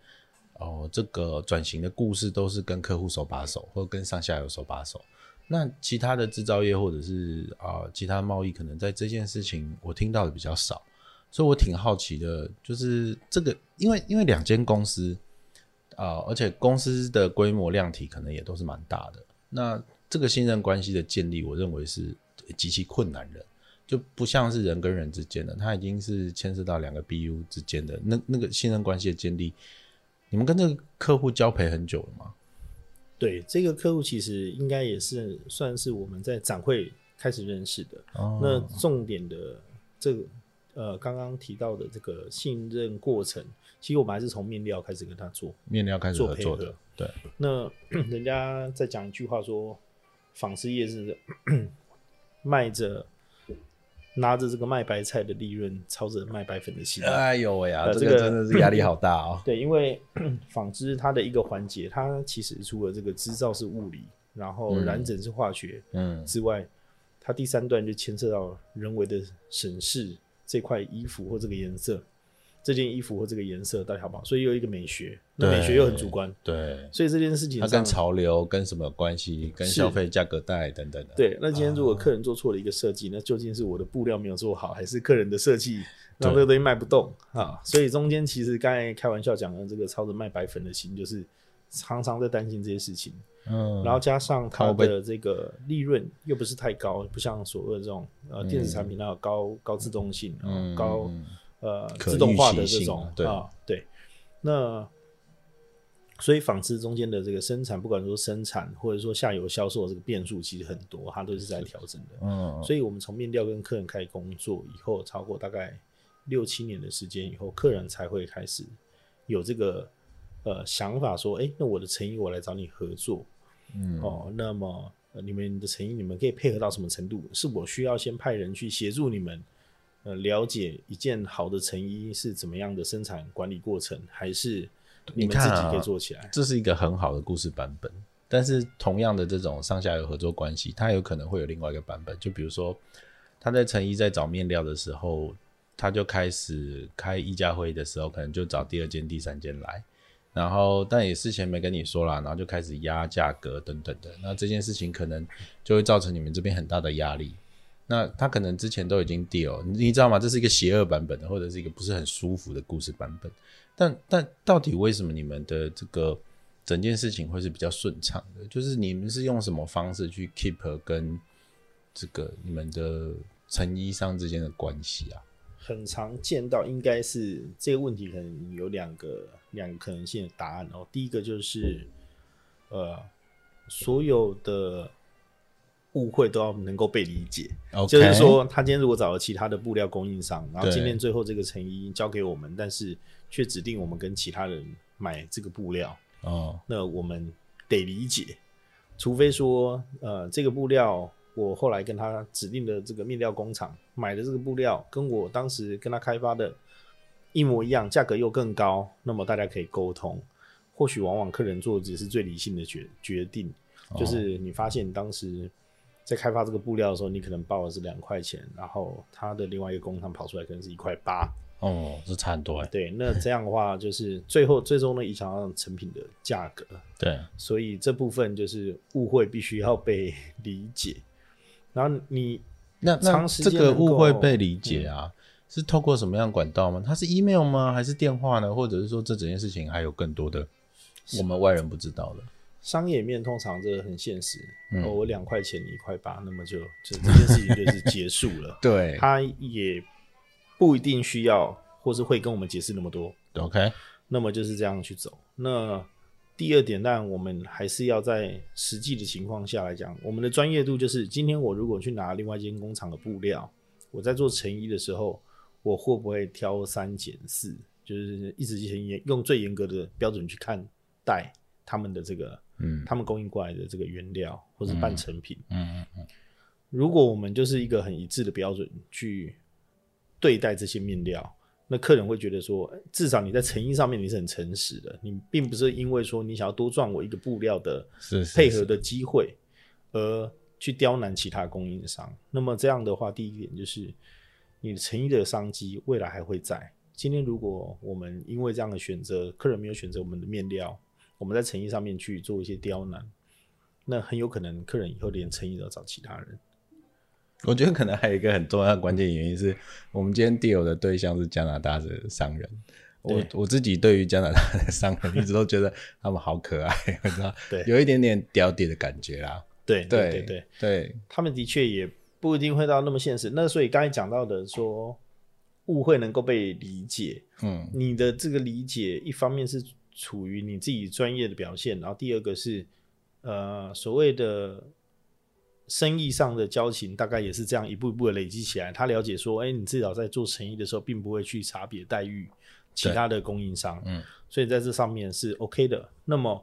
[SPEAKER 2] 哦这个转型的故事，都是跟客户手把手，或跟上下游手把手。那其他的制造业或者是啊、其他贸易，可能在这件事情我听到的比较少，所以我挺好奇的，就是这个，因为因为两间公呃司啊、而且公司的规模量体可能也都是蛮大的。那这个信任关系的建立，我认为是极其困难的，就不像是人跟人之间的，它已经是牵涉到两个 BU 之间的那那个信任关系的建立。你们跟这个客户交陪很久了吗？
[SPEAKER 3] 对，这个客户其实应该也是算是我们在展会开始认识的。
[SPEAKER 2] 哦
[SPEAKER 3] 那重点的这个呃，刚刚提到的这个信任过程，其实我们还是从面料开始跟他做。
[SPEAKER 2] 面料开始合作
[SPEAKER 3] 做
[SPEAKER 2] 的，对，
[SPEAKER 3] 那 人家在讲一句话说，纺织业是 卖着拿着这个卖白菜的利润，操着卖白粉的心。
[SPEAKER 2] 哎呦喂呀，
[SPEAKER 3] 呃
[SPEAKER 2] 这
[SPEAKER 3] 这个
[SPEAKER 2] 个真的是压力好大 哦。
[SPEAKER 3] 对，因为 纺织它的一个环节，它其实除了这个织造是物理，然后染整是化学
[SPEAKER 2] 嗯
[SPEAKER 3] 之外，它第三段就牵涉到人为的审视这块衣服或这个颜色，这件衣服或这个颜色到底好不好，所以有一个美学，那
[SPEAKER 2] 对
[SPEAKER 3] 美学又很主观，
[SPEAKER 2] 对，
[SPEAKER 3] 所以这件事情
[SPEAKER 2] 它跟
[SPEAKER 3] 上
[SPEAKER 2] 潮流跟什么有关系？跟
[SPEAKER 3] 是
[SPEAKER 2] 消费价格带等等的。
[SPEAKER 3] 对，那今天如
[SPEAKER 2] 啊
[SPEAKER 3] 果客人做错了一个设计，那究竟是我的布料没有做好，还是客人的设计让这个东西卖不动啊？所以中间其实刚才开玩笑讲的这个超着卖白粉的心，就是常常在担心这些事情，
[SPEAKER 2] 嗯，
[SPEAKER 3] 然后加上它
[SPEAKER 2] 会不
[SPEAKER 3] 的这个利润又不是太高，不像所谓的这种呃电子产品那有高、高自动性、
[SPEAKER 2] 嗯
[SPEAKER 3] 高
[SPEAKER 2] 嗯
[SPEAKER 3] 呃
[SPEAKER 2] 可
[SPEAKER 3] 自动化的
[SPEAKER 2] 预期
[SPEAKER 3] 这
[SPEAKER 2] 性
[SPEAKER 3] 种
[SPEAKER 2] 啊对
[SPEAKER 3] 啊，对，那。所以纺织中间的这个生产，不管说生产或者说下游销售的这个变数，其实很多，它都是在调整的。
[SPEAKER 2] 嗯，
[SPEAKER 3] 所以我们从面料跟客人开始工作以后，超过大概六七年的时间以后，客人才会开始有这个呃想法，说，哎、那我的诚意我来找你合作，嗯，哦，那么、呃你们的诚意你们可以配合到什么程度？是我需要先派人去协助你们。呃，了解一件好的成衣是怎么样的生产管理过程，还是
[SPEAKER 2] 你
[SPEAKER 3] 你们自
[SPEAKER 2] 看
[SPEAKER 3] 己
[SPEAKER 2] 啊
[SPEAKER 3] 可以做起来？
[SPEAKER 2] 这是一个很好的故事版本。但是同样的这种上下游合作关系，它有可能会有另外一个版本。就比如说，他在成衣在找面料的时候，他就开始开议价会议的时候，可能就找第二间、第三间来，然后但也事前没跟你说啦，然后就开始压价格等等的。那这件事情可能就会造成你们这边很大的压力。那他可能之前都已经 deal，你你知道吗？这是一个邪恶版本的，或者是一个不是很舒服的故事版本。但但到底为什么你们的这个整件事情会是比较顺畅的？就是你们是用什么方式去 keep 跟这个你们的成衣商之间的关系啊？
[SPEAKER 3] 很常见到，应该是这个问题可能有两个两个可能性的答案哦。第一个就是，呃，所有的误会都要能够被理解
[SPEAKER 2] o
[SPEAKER 3] 就是说，他今天如果找了其他的布料供应商，然后
[SPEAKER 2] 对
[SPEAKER 3] 今天最后这个成衣交给我们，但是却指定我们跟其他人买这个布料，
[SPEAKER 2] 哦，
[SPEAKER 3] 那我们得理解，除非说，呃，这个布料我后来跟他指定的这个面料工厂买的这个布料，跟我当时跟他开发的一模一样，价格又更高，那么大家可以沟通。或许往往客人做的只是最理性的决决定，
[SPEAKER 2] 哦
[SPEAKER 3] 就是你发现当时在开发这个布料的时候，你可能报的是两块钱，然后他的另外一个工厂跑出来可能是一块八，
[SPEAKER 2] 哦，这差很多哎。
[SPEAKER 3] 对，那这样的话就是最后最终呢影响到成品的价格，
[SPEAKER 2] 对，
[SPEAKER 3] 所以这部分就是误会必须要被 理解。然后你
[SPEAKER 2] 那那
[SPEAKER 3] 长时
[SPEAKER 2] 这
[SPEAKER 3] 间
[SPEAKER 2] 个
[SPEAKER 3] 能够嗯
[SPEAKER 2] 误会被理解啊，是透过什么样的管道吗？它是 email 吗？还是电话呢？或者是说这整件事情还有更多的我们外人不知道的？
[SPEAKER 3] 商业面通常这个很现实，
[SPEAKER 2] 嗯。
[SPEAKER 3] 哦，我两块钱你一块八，那么就就这件事情就是结束 了
[SPEAKER 2] 对
[SPEAKER 3] 他也不一定需要，或是会跟我们解释那么多，
[SPEAKER 2] ，OK，
[SPEAKER 3] 那么就是这样去走。那第二点，当然我们还是要在实际的情况下来讲，我们的专业度就是，今天我如果去拿另外一间工厂的布料，我在做成衣的时候，我会不会挑三拣四，就是一直前严用最严格的标准去看待他们的这个，
[SPEAKER 2] 嗯
[SPEAKER 3] 他们供应过来的这个原料或是半成品。
[SPEAKER 2] 嗯
[SPEAKER 3] 如果我们就是一个很一致的标准去对待这些面料，那客人会觉得说，呃至少你在诚意上面你是很诚实的，你并不是因为说你想要多赚我一个布料的
[SPEAKER 2] 是是
[SPEAKER 3] 配合的机会，而去刁难其他供应商。那么这样的话，第一点就是你的诚意的商机未来还会在。今天如果我们因为这样的选择，客人没有选择我们的面料，我们在诚意上面去做一些刁难，那很有可能客人以后连诚意都要找其他人。
[SPEAKER 2] 我觉得可能还有一个很重要的关键原因是我们今天 deal 的对象是加拿大的商人。我
[SPEAKER 3] 对
[SPEAKER 2] 我自己对于加拿大的商人一直都觉得他们好可爱，你知道，
[SPEAKER 3] 对
[SPEAKER 2] 有一点点屌屌的感觉啦。
[SPEAKER 3] 对对对
[SPEAKER 2] 对
[SPEAKER 3] 对，
[SPEAKER 2] 对
[SPEAKER 3] 他们的确也不一定会到那么现实。那所以刚才讲到的说，误会能够被理解，
[SPEAKER 2] 嗯
[SPEAKER 3] 你的这个理解，一方面是处于你自己专业的表现，然后第二个是呃所谓的生意上的交情，大概也是这样一步一步的累积起来。他了解说，哎、你至少在做生意的时候，并不会去差别待遇其他的供应商，
[SPEAKER 2] 嗯，
[SPEAKER 3] 所以在这上面是 OK 的。那么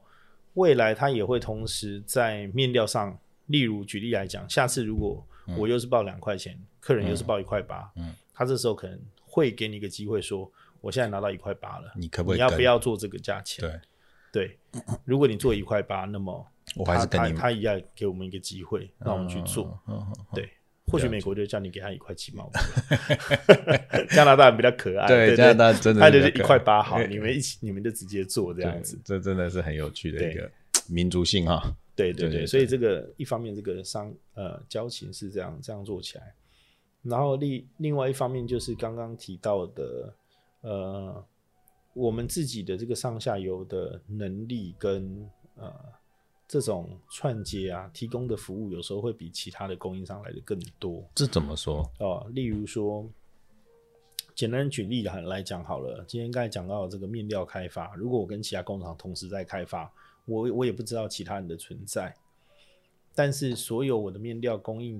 [SPEAKER 3] 未来他也会同时在面料上，例如举例来讲，下次如果我又是报两块钱，客人又是报一块八，
[SPEAKER 2] 嗯，
[SPEAKER 3] 他这时候可能会给你一个机会说，我现在拿到一块八了，
[SPEAKER 2] 你可不可以
[SPEAKER 3] 你要
[SPEAKER 2] 跟
[SPEAKER 3] 不要做这个价钱？
[SPEAKER 2] 对，
[SPEAKER 3] 对，如果你做一块八，那么
[SPEAKER 2] 我还是跟
[SPEAKER 3] 他
[SPEAKER 2] 你
[SPEAKER 3] 他他一样给我们一个机会，让我们去做。
[SPEAKER 2] 嗯嗯嗯
[SPEAKER 3] 对，或许美国就叫你给他一块七 毛，加拿大人比较可爱，
[SPEAKER 2] 对
[SPEAKER 3] 对，
[SPEAKER 2] 加拿大真的
[SPEAKER 3] 他就是
[SPEAKER 2] 比较
[SPEAKER 3] 一
[SPEAKER 2] 可爱
[SPEAKER 3] 块八好，
[SPEAKER 2] 对
[SPEAKER 3] 你们一起你们就直接做这
[SPEAKER 2] 对
[SPEAKER 3] 样子。
[SPEAKER 2] 这真的是很有趣的一个民族性哈。
[SPEAKER 3] 对对
[SPEAKER 2] 对对
[SPEAKER 3] 对，所以这个一方面这个商呃交情是这样这样做起来，然后另另外一方面就是刚刚提到的呃我们自己的这个上下游的能力跟呃这种串接啊提供的服务有时候会比其他的供应商来的更多
[SPEAKER 5] 这怎么说？
[SPEAKER 3] 哦、例如说。简单举例来来讲好了，今天刚才讲到这个面料开发，如果我跟其他工厂同时在开发，我我也不知道其他人的存在，但是所有我的面料供应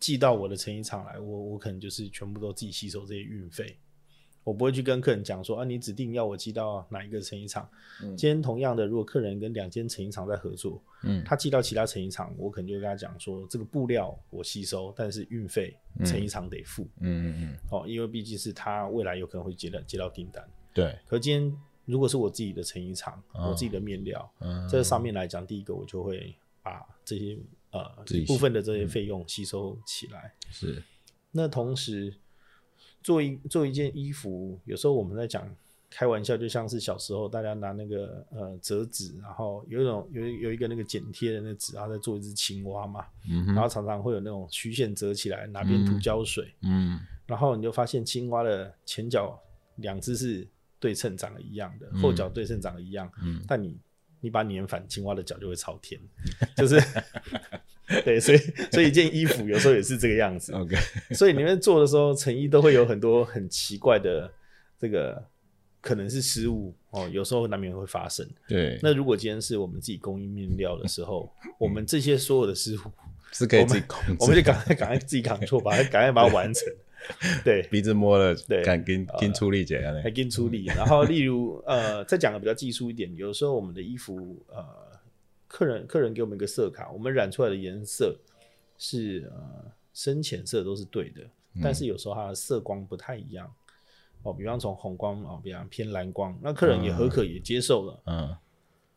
[SPEAKER 3] 寄到我的成衣厂来，我我可能就是全部都自己吸收这些运费，我不会去跟客人讲说啊，你指定要我寄到哪一个成衣厂。今天同样的，如果客人跟两间成衣厂在合作，
[SPEAKER 2] 嗯
[SPEAKER 3] 他寄到其他成衣厂，我可能就跟他讲说，这个布料我吸收，但是运费成衣厂得付、
[SPEAKER 2] 嗯嗯嗯，
[SPEAKER 3] 哦，因为毕竟是他未来有可能会接到接到订单。
[SPEAKER 2] 对，
[SPEAKER 3] 可今天如果是我自己的成衣厂，
[SPEAKER 2] 嗯
[SPEAKER 3] 我自己的面料，
[SPEAKER 2] 嗯，
[SPEAKER 3] 这上面来讲，第一个我就会把这些呃
[SPEAKER 2] 自己嗯
[SPEAKER 3] 一部分的这些费用吸收起来。
[SPEAKER 2] 是
[SPEAKER 3] 那同时做一做一件衣服，有时候我们在讲开玩笑，就像是小时候大家拿那个呃折纸，然后有一种有有一个那个剪贴的那个纸，然后再做一只青蛙嘛，
[SPEAKER 2] 嗯
[SPEAKER 3] 然
[SPEAKER 2] 哼
[SPEAKER 3] 后常常会有那种虚线折起来，哪边涂胶水，
[SPEAKER 2] 嗯
[SPEAKER 3] 然后你就发现青蛙的前脚两只是对称长得一样的，后脚对称长得一样，
[SPEAKER 2] 嗯
[SPEAKER 3] 但你你把碾反，青蛙的脚就会朝天， 就是对，所以所以一件衣服有时候也是这个样子，
[SPEAKER 2] ，OK，
[SPEAKER 3] 所以你们做的时候，成衣都会有很多很奇怪的这个可能是失误哦，有时候难免会发生。
[SPEAKER 2] 对，
[SPEAKER 3] 那如果今天是我们自己供应面料的时候，我们这些所有的失误，
[SPEAKER 2] 是可以自己控制，
[SPEAKER 3] 我们 就赶快赶快自己扛错，把它赶快把它完成。对，
[SPEAKER 2] 鼻子摸了，
[SPEAKER 3] 对
[SPEAKER 2] 敢跟跟出力姐啊
[SPEAKER 3] 还更出力。然后，例如，呃，再讲的比较技术一点，有时候我们的衣服，呃，客人客人给我们一个色卡，我们染出来的颜色是呃深浅色都是对的，但是有时候它的色光不太一样。哦，比方从红光哦，比方偏蓝光，那客人也合可也接受了。
[SPEAKER 2] 嗯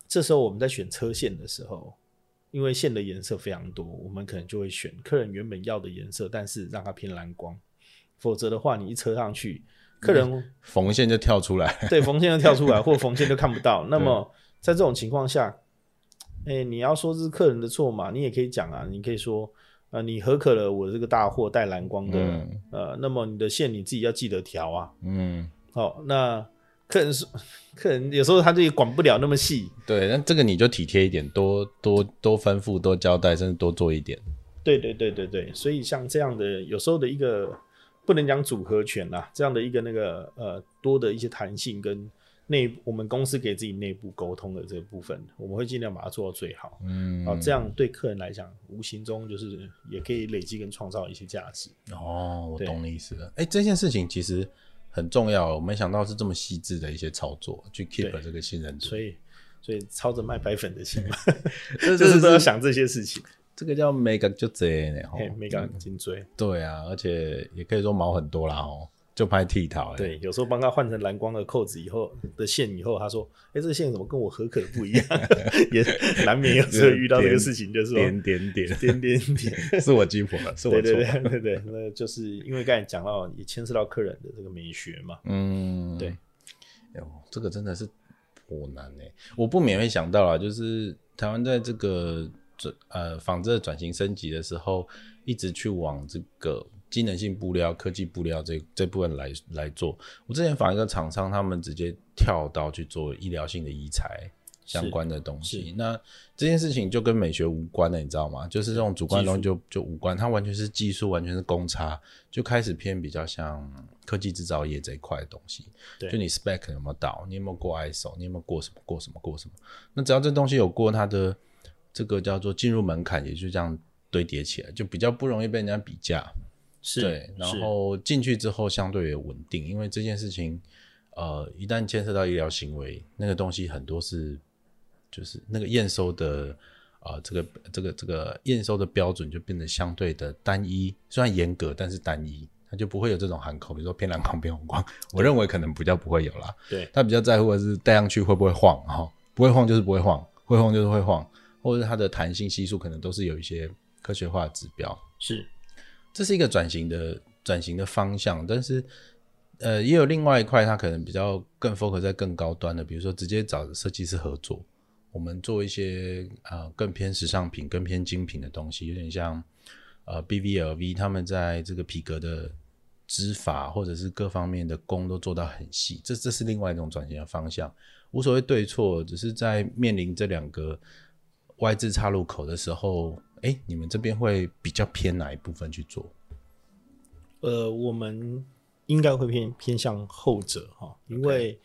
[SPEAKER 3] 这时候我们在选车线的时候，因为线的颜色非常多，我们可能就会选客人原本要的颜色，但是让它偏蓝光。否则的话，你一车上去，客人、
[SPEAKER 2] 缝线就跳出来，
[SPEAKER 3] 对，缝线就跳出来，或缝线就看不到。那么在这种情况下，哎、你要说这是客人的错嘛？你也可以讲啊，你可以说，呃，你合可了我这个大货带蓝光的，
[SPEAKER 2] 嗯
[SPEAKER 3] 呃，那么你的线你自己要记得调啊。
[SPEAKER 2] 嗯，
[SPEAKER 3] 哦，那客人说， 客人有时候他就也管不了那么细。
[SPEAKER 2] 对，那这个你就体贴一点，多多多吩咐，多交代，甚至多做一点，
[SPEAKER 3] 对对对对对，所以像这样的，有时候的一个不能讲组合拳啦，这样的一个那个呃多的一些弹性跟内我们公司给自己内部沟通的这个部分，我们会尽量把它做到最好。
[SPEAKER 2] 嗯
[SPEAKER 3] 啊，这样对客人来讲，无形中就是也可以累积跟创造一些价值。
[SPEAKER 5] 哦，我
[SPEAKER 3] 对
[SPEAKER 5] 懂你意思了。
[SPEAKER 2] 哎、这件事情其实很重要，我没想到是这么细致的一些操作，去 keep
[SPEAKER 3] 对
[SPEAKER 2] 这个信任度。
[SPEAKER 3] 所以，所以操着卖白粉的心嘛，
[SPEAKER 2] 这
[SPEAKER 3] 就是都要
[SPEAKER 2] 这
[SPEAKER 3] 想这些事情。
[SPEAKER 2] 这个叫 mega 就这呢，吼
[SPEAKER 3] 嘿，没敢
[SPEAKER 2] 嗯
[SPEAKER 3] 紧追。
[SPEAKER 2] 对啊，而且也可以说毛很多啦哦，就拍剃头。
[SPEAKER 3] 对，有时候帮他换成蓝光的扣子以后的线以后，他说：“哎、这个线怎么跟我合可的不一样？” 也难免有时候遇到这个事情，就是说
[SPEAKER 2] 点点点
[SPEAKER 3] 点点点。
[SPEAKER 2] 是我鸡婆了，是我
[SPEAKER 3] 对
[SPEAKER 2] 错。
[SPEAKER 3] 对对对对，那就是因为刚才讲到也牵涉到客人的这个美学嘛。
[SPEAKER 2] 嗯，
[SPEAKER 3] 对
[SPEAKER 2] 哎呦，这个真的是颇难哎、我不免会想到啊，就是台湾在这个转呃纺织的转型升级的时候，一直去往这个机能性布料、科技布料这这部分来来做。我之前访一个厂商，他们直接跳到去做医疗性的医材，相关的东西。那这件事情就跟美学无关了，你知道吗？就是这种主观的东西就就无关，它完全是技术，完全是公差，就开始偏比较像科技制造业这一块的东西。
[SPEAKER 3] 对
[SPEAKER 2] 就你 spec 有没有到，你有没有过 ISO，你有没有过什么过什么过什么？那只要这东西有过它的这个叫做进入门槛，也就这样堆叠起来，就比较不容易被人家比价。
[SPEAKER 3] 是
[SPEAKER 2] 对，然后进去之后相对也稳定，因为这件事情，呃，一旦牵涉到医疗行为，那个东西很多是就是那个验收的啊、呃这个这个这个验收的标准就变得相对的单一，虽然严格，但是单一，它就不会有这种喊口，比如说偏蓝光、偏红光，我认为可能比较不会有啦。
[SPEAKER 3] 对
[SPEAKER 2] 他比较在乎的是戴上去会不会晃哈、哦，不会晃就是不会晃，会晃就是会晃，或者是它的弹性系数可能都是有一些科学化的指标。
[SPEAKER 3] 是
[SPEAKER 2] 这是一个转型的转型的方向，但是呃，也有另外一块，它可能比较更 focus 在更高端的，比如说直接找设计师合作，我们做一些呃更偏时尚品、更偏精品的东西，有点像呃 BVLV 他们在这个皮革的织法或者是各方面的工都做到很细，这这是另外一种转型的方向，无所谓对错，只是在面临这两个 Y 字岔路口的时候。哎，你们这边会比较偏哪一部分去做？
[SPEAKER 3] 呃，我们应该会偏偏向后者哈，因为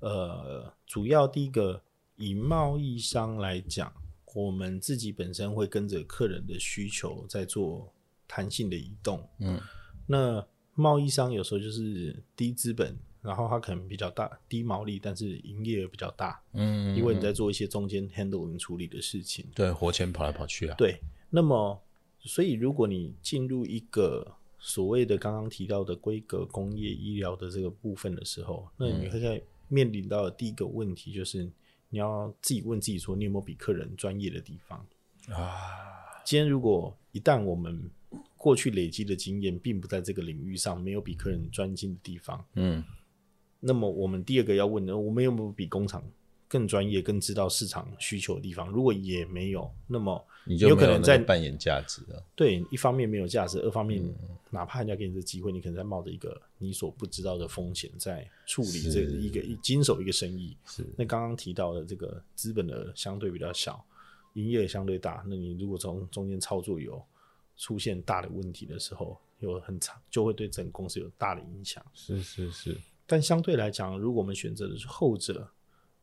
[SPEAKER 3] 呃，主要第一个以贸易商来讲，我们自己本身会跟着客人的需求在做弹性的移动。
[SPEAKER 2] 嗯，
[SPEAKER 3] 那贸易商有时候就是低资本，然后它可能比较大低毛利，但是营业额比较大，
[SPEAKER 2] 嗯
[SPEAKER 3] 因为你在做一些中间 handling 处理的事情。
[SPEAKER 2] 对活钱跑来跑去啊，
[SPEAKER 3] 对，那么所以如果你进入一个所谓的刚刚提到的规格工业医疗的这个部分的时候，那你会在面临到的第一个问题就是你要自己问自己说，你有没有比客人专业的地方啊？今天如果一旦我们过去累积的经验并不在这个领域上，没有比客人专精的地方，
[SPEAKER 2] 嗯，
[SPEAKER 3] 那么我们第二个要问的，我们有没有比工厂更专业、更知道市场需求的地方？如果也没有，那么
[SPEAKER 2] 你就
[SPEAKER 3] 有
[SPEAKER 2] 没
[SPEAKER 3] 可
[SPEAKER 2] 有
[SPEAKER 3] 能
[SPEAKER 2] 那
[SPEAKER 3] 在
[SPEAKER 2] 个扮演价值了。
[SPEAKER 3] 对，一方面没有价值，二方面、哪怕人家给你这机会，你可能在冒着一个你所不知道的风险在处理这个一个一经手一个生意。
[SPEAKER 2] 是
[SPEAKER 3] 那刚刚提到的这个资本的相对比较小，营业额相对大，那你如果从中间操作有出现大的问题的时候，有很长就会对整个公司有大的影响。
[SPEAKER 2] 是是是，
[SPEAKER 3] 但相对来讲，如果我们选择的是后者，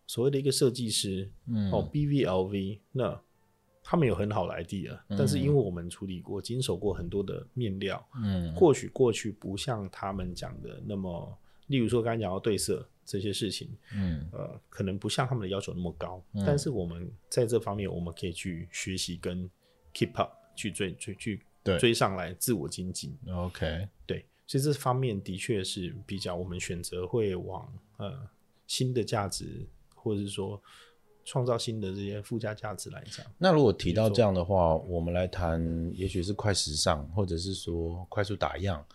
[SPEAKER 3] 所谓的一个设计师，嗯，哦，BVLV，那他们有很好的 idea，、但是因为我们处理过、经手过很多的面料，
[SPEAKER 2] 嗯，
[SPEAKER 3] 或许过去不像他们讲的那么，例如说刚才讲到对色这些事情，
[SPEAKER 2] 嗯，
[SPEAKER 3] 呃，可能不像他们的要求那么高，但是我们在这方面我们可以去学习跟 keep up，去追追去
[SPEAKER 2] 对
[SPEAKER 3] 追上来，自我精进。
[SPEAKER 2] 嗯，OK，
[SPEAKER 3] 对，所以这方面的确是比较我们选择会往呃新的价值，或者是说创造新的这些附加价值来讲。
[SPEAKER 2] 那如果提到这样的话，我们来谈，也许是快时尚，或者是说快速打样。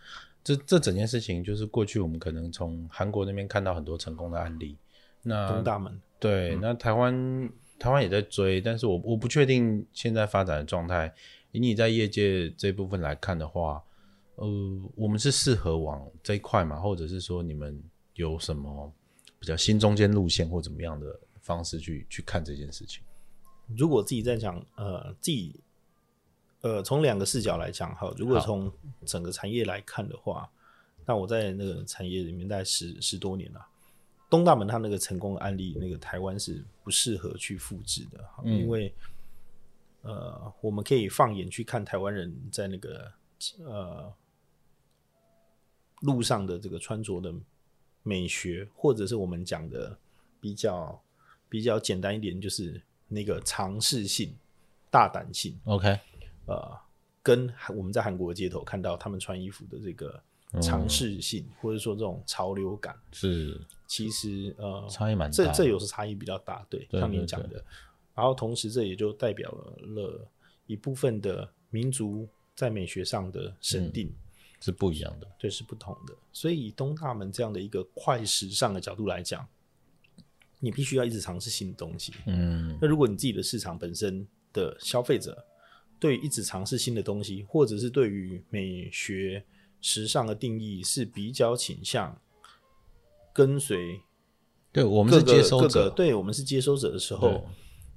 [SPEAKER 2] 这这整件事情，就是过去我们可能从韩国那边看到很多成功的案例。那
[SPEAKER 3] 东大门
[SPEAKER 2] 对，那台湾台湾也在追，但是我我不确定现在发展的状态。以你在业界这部分来看的话，呃，我们是适合往这一块嘛，或者是说你们有什么比较新中间路线或怎么样的方式去去看这件事情？
[SPEAKER 3] 如果自己在讲呃自己呃从两个视角来讲哈，如果从整个产业来看的话，那我在那个产业里面大概十十多年了。东大门它那个成功的案例，那个台湾是不适合去复制的，哈因为呃，我们可以放眼去看台湾人在那个呃路上的这个穿着的美学，或者是我们讲的比较比较简单一点，就是那个尝试性、大胆性，
[SPEAKER 2] OK，
[SPEAKER 3] 呃，跟韩我们在韩国街头看到他们穿衣服的这个
[SPEAKER 2] 嗯
[SPEAKER 3] 尝试性，或者说这种潮流感，
[SPEAKER 2] 是
[SPEAKER 3] 其实呃
[SPEAKER 2] 差异蛮大
[SPEAKER 3] 这
[SPEAKER 2] 的
[SPEAKER 3] 这有时差异比较大，对，
[SPEAKER 2] 对
[SPEAKER 3] 像你
[SPEAKER 2] 对
[SPEAKER 3] 讲的，然后同时这也就代表了一部分的民族在美学上的审
[SPEAKER 2] 嗯
[SPEAKER 3] 定。
[SPEAKER 2] 是不一样的。
[SPEAKER 3] 对，是不同的。所以以东大门这样的一个快时尚的角度来讲，你必须要一直尝试新的东西。
[SPEAKER 2] 嗯，
[SPEAKER 3] 那如果你自己的市场本身的消费者对于一直尝试新的东西，或者是对于美学时尚的定义是比较倾向跟随
[SPEAKER 2] 对我们
[SPEAKER 3] 各
[SPEAKER 2] 是
[SPEAKER 3] 个
[SPEAKER 2] 接收
[SPEAKER 3] 各个
[SPEAKER 2] 者，
[SPEAKER 3] 对我们是接收者的时
[SPEAKER 2] 对
[SPEAKER 3] 候，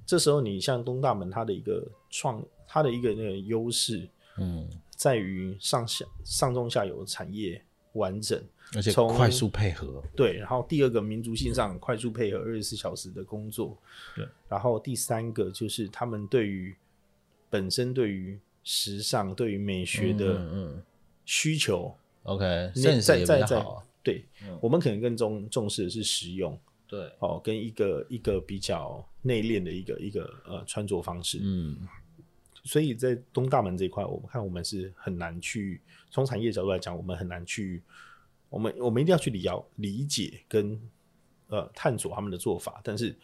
[SPEAKER 3] 这时候你像东大门它的一个创，它的一个那个优势
[SPEAKER 2] 嗯，
[SPEAKER 3] 在于上下上中下游产业完整，
[SPEAKER 2] 而且
[SPEAKER 3] 从
[SPEAKER 2] 快速配合，
[SPEAKER 3] 对，然后第二个民族性上快速配合二十四小时的工作，
[SPEAKER 2] 对，
[SPEAKER 3] 然后第三个就是他们对于本身对于时尚、对于美学
[SPEAKER 2] 嗯
[SPEAKER 3] 的
[SPEAKER 2] 嗯
[SPEAKER 3] 需求，
[SPEAKER 2] ，OK，
[SPEAKER 3] 那
[SPEAKER 2] 甚至
[SPEAKER 3] 在
[SPEAKER 2] 也比
[SPEAKER 3] 在
[SPEAKER 2] 较
[SPEAKER 3] 在
[SPEAKER 2] 好啊，
[SPEAKER 3] 对我们可能更重重视的是实用
[SPEAKER 2] 对，
[SPEAKER 3] 哦，跟一个一个比较内敛的一个一个呃穿着方式，
[SPEAKER 2] 嗯，
[SPEAKER 3] 所以在东大门这一块，我们看我们是很难去从产业角度来讲，我们很难去，我们我们一定要去理要理解跟呃探索他们的做法，但是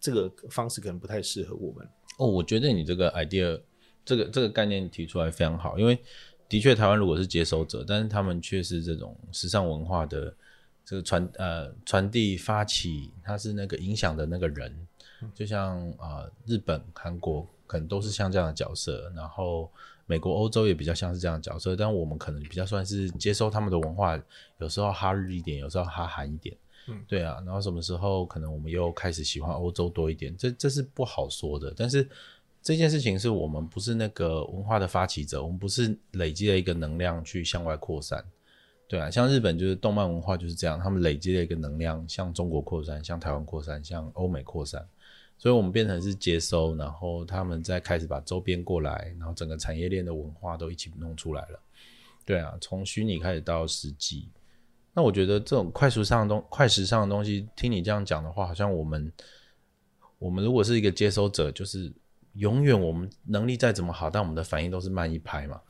[SPEAKER 3] 这个方式可能不太适合我们。
[SPEAKER 2] 哦，我觉得你这个 idea，这个这个概念提出来非常好，因为的确台湾如果是接收者，但是他们却是这种时尚文化的这个传呃传递发起，他是那个影响的那个人，就像啊、呃日本、韩国可能都是像这样的角色，然后美国、欧洲也比较像是这样的角色，但我们可能比较算是接收他们的文化，有时候哈日一点，有时候哈韩一点。对啊，然后什么时候可能我们又开始喜欢欧洲多一点？这这是不好说的。但是这件事情是我们不是那个文化的发起者，我们不是累积了一个能量去向外扩散。对啊，像日本就是动漫文化就是这样，他们累积了一个能量，向中国扩散，向台湾扩散，向欧美扩散。所以我们变成是接收，然后他们再开始把周边过来，然后整个产业链的文化都一起弄出来了。对啊，从虚拟开始到实际，那我觉得这种快时尚的东快时尚的东西，听你这样讲的话，好像我们我们如果是一个接收者，就是永远我们能力再怎么好，但我们的反应都是慢一拍嘛。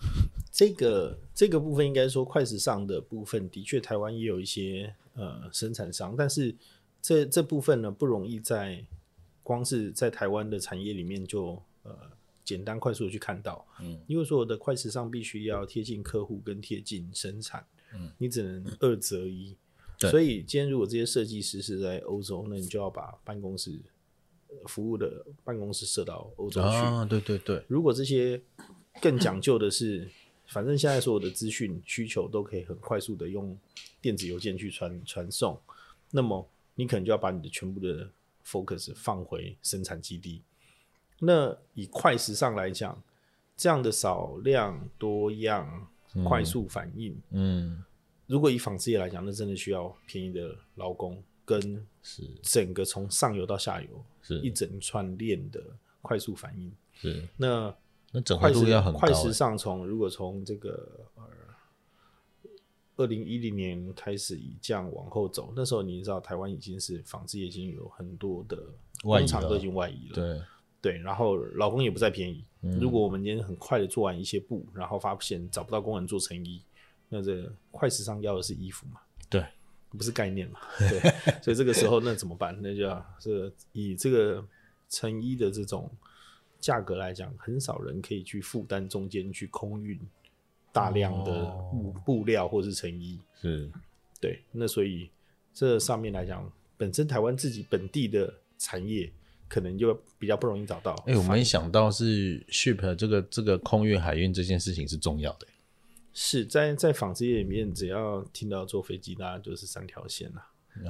[SPEAKER 3] 这个这个部分应该说快时尚的部分，的确台湾也有一些呃生产商，但是这这部分呢不容易在光是在台湾的产业里面就呃简单快速的去看到，嗯，因为所有的快时尚必须要贴近客户跟贴近生产，嗯，你只能二择一，
[SPEAKER 2] 对
[SPEAKER 3] 所以今天如果这些设计师是在欧洲，那你就要把办公室呃服务的办公室设到欧洲去，
[SPEAKER 2] 啊，对对对，
[SPEAKER 3] 如果这些更讲究的是， 反正现在所有的资讯需求都可以很快速的用电子邮件去传传送，那么你可能就要把你的全部的 focus 放回生产基地。那以快时尚来讲，这样的少量多样、快速反应，
[SPEAKER 2] 嗯，
[SPEAKER 3] 如果以纺织业来讲，那真的需要便宜的劳工跟
[SPEAKER 2] 是
[SPEAKER 3] 整个从上游到下游
[SPEAKER 2] 是
[SPEAKER 3] 一整串链的快速反应。
[SPEAKER 2] 是，
[SPEAKER 3] 那
[SPEAKER 2] 那整合
[SPEAKER 3] 快
[SPEAKER 2] 度
[SPEAKER 3] 时
[SPEAKER 2] 要很高、
[SPEAKER 3] 快时
[SPEAKER 2] 欸。
[SPEAKER 3] 尚从如果从这个二零一零年开始以这样往后走，那时候你知道台湾已经是纺织业已经有很多的
[SPEAKER 2] 外移
[SPEAKER 3] 工厂都
[SPEAKER 2] 了
[SPEAKER 3] 已经外移了，
[SPEAKER 2] 对，
[SPEAKER 3] 对然后劳工也不再便宜。
[SPEAKER 2] 嗯
[SPEAKER 3] 如果我们今天很快的做完一些布，然后发现找不到工人做成衣，那这个快时尚要的是衣服嘛？
[SPEAKER 2] 对。
[SPEAKER 3] 不是概念 嘛？对，所以这个时候那怎么办？那就要是以这个成衣的这种价格来讲，很少人可以去负担中间去空运大量的
[SPEAKER 2] 哦
[SPEAKER 3] 布布料或是成衣。
[SPEAKER 2] 是
[SPEAKER 3] 对，那所以这上面来讲，本身台湾自己本地的产业可能就比较不容易找到。
[SPEAKER 2] 哎、我没想到是 ship 这个这个空运海运这件事情是重要的、欸
[SPEAKER 3] 是在在纺织业里面，只要听到坐飞机，大家就是三条线啦、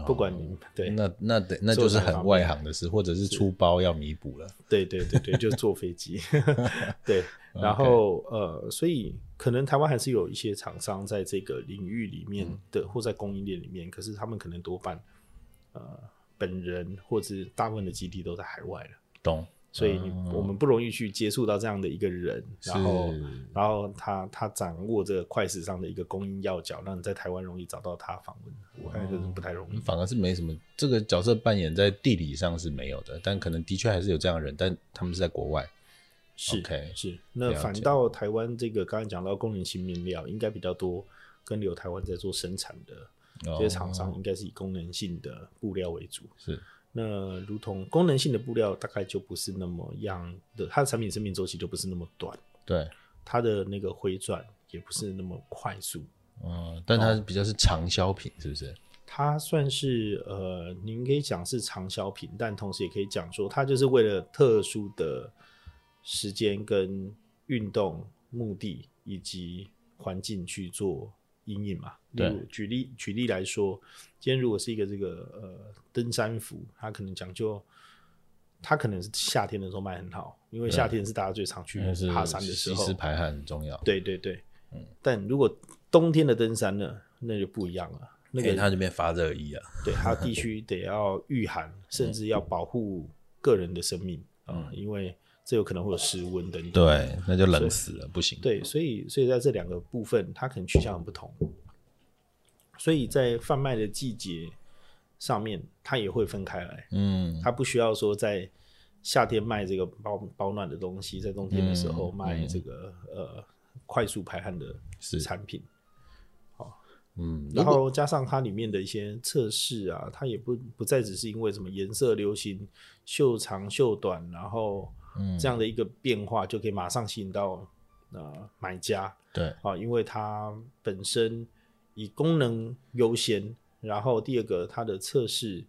[SPEAKER 3] 不管你对
[SPEAKER 2] 那那得那
[SPEAKER 3] 做
[SPEAKER 2] 就是
[SPEAKER 3] 哪个
[SPEAKER 2] 很
[SPEAKER 3] 方
[SPEAKER 2] 外
[SPEAKER 3] 面
[SPEAKER 2] 行的事，或者是出包要弥补了。
[SPEAKER 3] 对对对对，就是坐飞机。对，然后呃，所以可能台湾还是有一些厂商在这个领域里面的，或在供应链里面，可是他们可能多半呃本人或者大部分的基地都在海外了。
[SPEAKER 2] 懂？
[SPEAKER 3] 所以你、我们不容易去接触到这样的一个人，然后
[SPEAKER 2] 是
[SPEAKER 3] 然后他他掌握这个快时尚的一个供应要角，让你在台湾容易找到他访问，我看这是不太容易。
[SPEAKER 2] 反而是没什么这个角色扮演在地理上是没有的，但可能的确还是有这样的人，但他们是在国外。
[SPEAKER 3] 是
[SPEAKER 2] OK
[SPEAKER 3] 是，那
[SPEAKER 2] 了解
[SPEAKER 3] 反倒台湾这个刚才讲到功能性面料，应该比较多跟留台湾在做生产的这些厂商，应该是以功能性的布料为主。
[SPEAKER 2] 哦是，
[SPEAKER 3] 那如同功能性的布料，大概就不是那么样的，它的产品生命周期就不是那么短，
[SPEAKER 2] 对，
[SPEAKER 3] 它的那个回转也不是那么快速。
[SPEAKER 2] 嗯，但它比较是长销品，是不是？
[SPEAKER 3] 它算是呃，您可以讲是长销品，但同时也可以讲说，它就是为了特殊的时间跟运动目的以及环境去做一阴影嘛。
[SPEAKER 2] 对
[SPEAKER 3] 例如举例举例来说，今天如果是一个这个呃登山服，它可能讲究，它可能是夏天的时候卖很好，因为夏天是大家最常去
[SPEAKER 2] 因为是
[SPEAKER 3] 爬山的时
[SPEAKER 2] 吸湿
[SPEAKER 3] 候。
[SPEAKER 2] 排汗很重要。
[SPEAKER 3] 对对对，
[SPEAKER 2] 嗯
[SPEAKER 3] 但如果冬天的登山呢，那就不一样了。
[SPEAKER 6] 那
[SPEAKER 3] 那
[SPEAKER 2] 哎
[SPEAKER 3] 个
[SPEAKER 6] 个它就变发热衣啊，
[SPEAKER 3] 对，他必须得要御寒，甚至要保护个人的生命啊、因为这有可能会有失温等等。
[SPEAKER 6] 对，那就冷死了，不行。
[SPEAKER 3] 对，所以所以在这两个部分，它可能取向很不同，所以在贩卖的季节上面，它也会分开来。
[SPEAKER 6] 嗯，
[SPEAKER 3] 它不需要说在夏天卖这个保保暖的东西，在冬天的时候卖这个、呃快速排汗的产品。
[SPEAKER 2] 嗯，
[SPEAKER 3] 然后加上它里面的一些测试啊，它也不不再只是因为什么颜色流行、袖长袖短，然后
[SPEAKER 2] 嗯
[SPEAKER 3] 这样的一个变化就可以马上吸引到呃买家
[SPEAKER 2] 对，
[SPEAKER 3] 啊，因为它本身以功能优先，然后第二个它的测试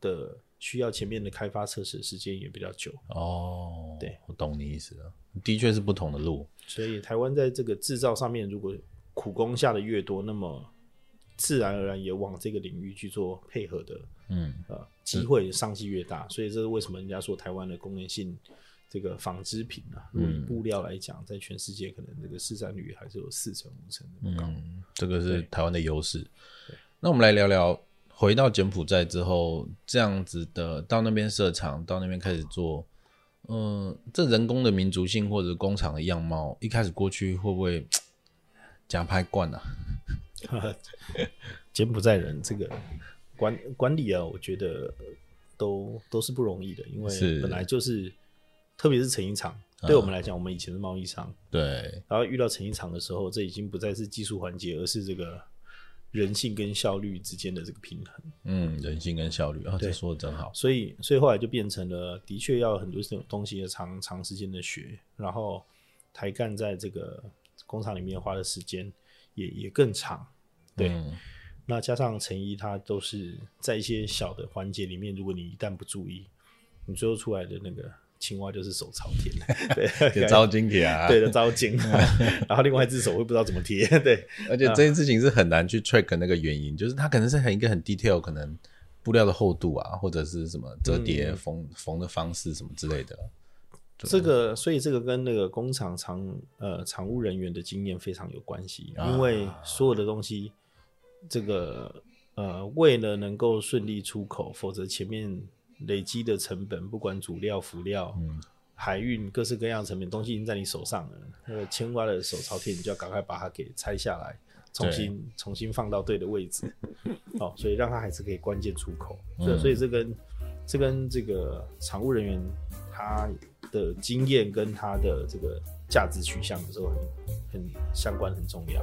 [SPEAKER 3] 的需要前面的开发测试的时间也比较久，
[SPEAKER 2] 哦，
[SPEAKER 3] 对，
[SPEAKER 2] 我懂你意思了，的确是不同的路。
[SPEAKER 3] 所以台湾在这个制造上面，如果苦工下的越多，那么自然而然也往这个领域去做配合的，
[SPEAKER 2] 嗯，
[SPEAKER 3] 呃，机会商机越大。所以这是为什么人家说台湾的功能性这个纺织品啊，
[SPEAKER 2] 嗯
[SPEAKER 3] 如果以布料来讲，在全世界可能这个市占率还是有四成五成那么高。
[SPEAKER 2] 嗯，这个是
[SPEAKER 3] 对
[SPEAKER 2] 台湾的优势。那我们来聊聊，回到柬埔寨之后，这样子的到那边设厂，到那边开始做，嗯、这人工的民族性或者工厂的样貌，一开始过去会不会假拍惯啊？
[SPEAKER 3] 柬埔寨人这个管管理啊，我觉得呃都都是不容易的，因
[SPEAKER 2] 是啊
[SPEAKER 3] 为本来就是，特别是成衣厂，对我们来讲，我们以前是贸易商，
[SPEAKER 2] 对，
[SPEAKER 3] 然后遇到成衣厂的时候，这已经不再是技术环节，而是这个人性跟效率之间的这个平衡。
[SPEAKER 2] 嗯，人性跟效率啊，这说的真好。
[SPEAKER 3] 所以，所以后来就变成了，的确要很多这种东西的长长时间的学，然后台干在这个工厂里面花的时间也也更长。对，
[SPEAKER 2] 嗯
[SPEAKER 3] 那加上成衣，它都是在一些小的环节里面，如果你一旦不注意，你最后出来的那个青蛙就是手朝天， 对，
[SPEAKER 2] 招金铁啊，
[SPEAKER 3] 对 的糟践， 然后另外一只手会不知道怎么贴， 对，
[SPEAKER 2] 而且这件事情是很难去 track 那个原因，就是它可能是很一个很 detail，可能布料的厚度啊，或者是什么折叠缝缝、的方式什么之类的。
[SPEAKER 3] 这个，所以这个跟那个工厂常呃常务人员的经验非常有关系，因为所有的东西，这个呃为了能够顺利出口，否则前面累积的成本，不管主料、辅料、海运各式各样的成本，东西已经在你手上了，那个青蛙的手朝天，你就要赶快把它给拆下来，重新重新放到对的位 置，哦，所以让它还是可以关键出口。
[SPEAKER 2] 嗯
[SPEAKER 3] 这、所以这跟这跟这个常务人员他的经验跟他的这个价值取向有时候很很相关，很重要。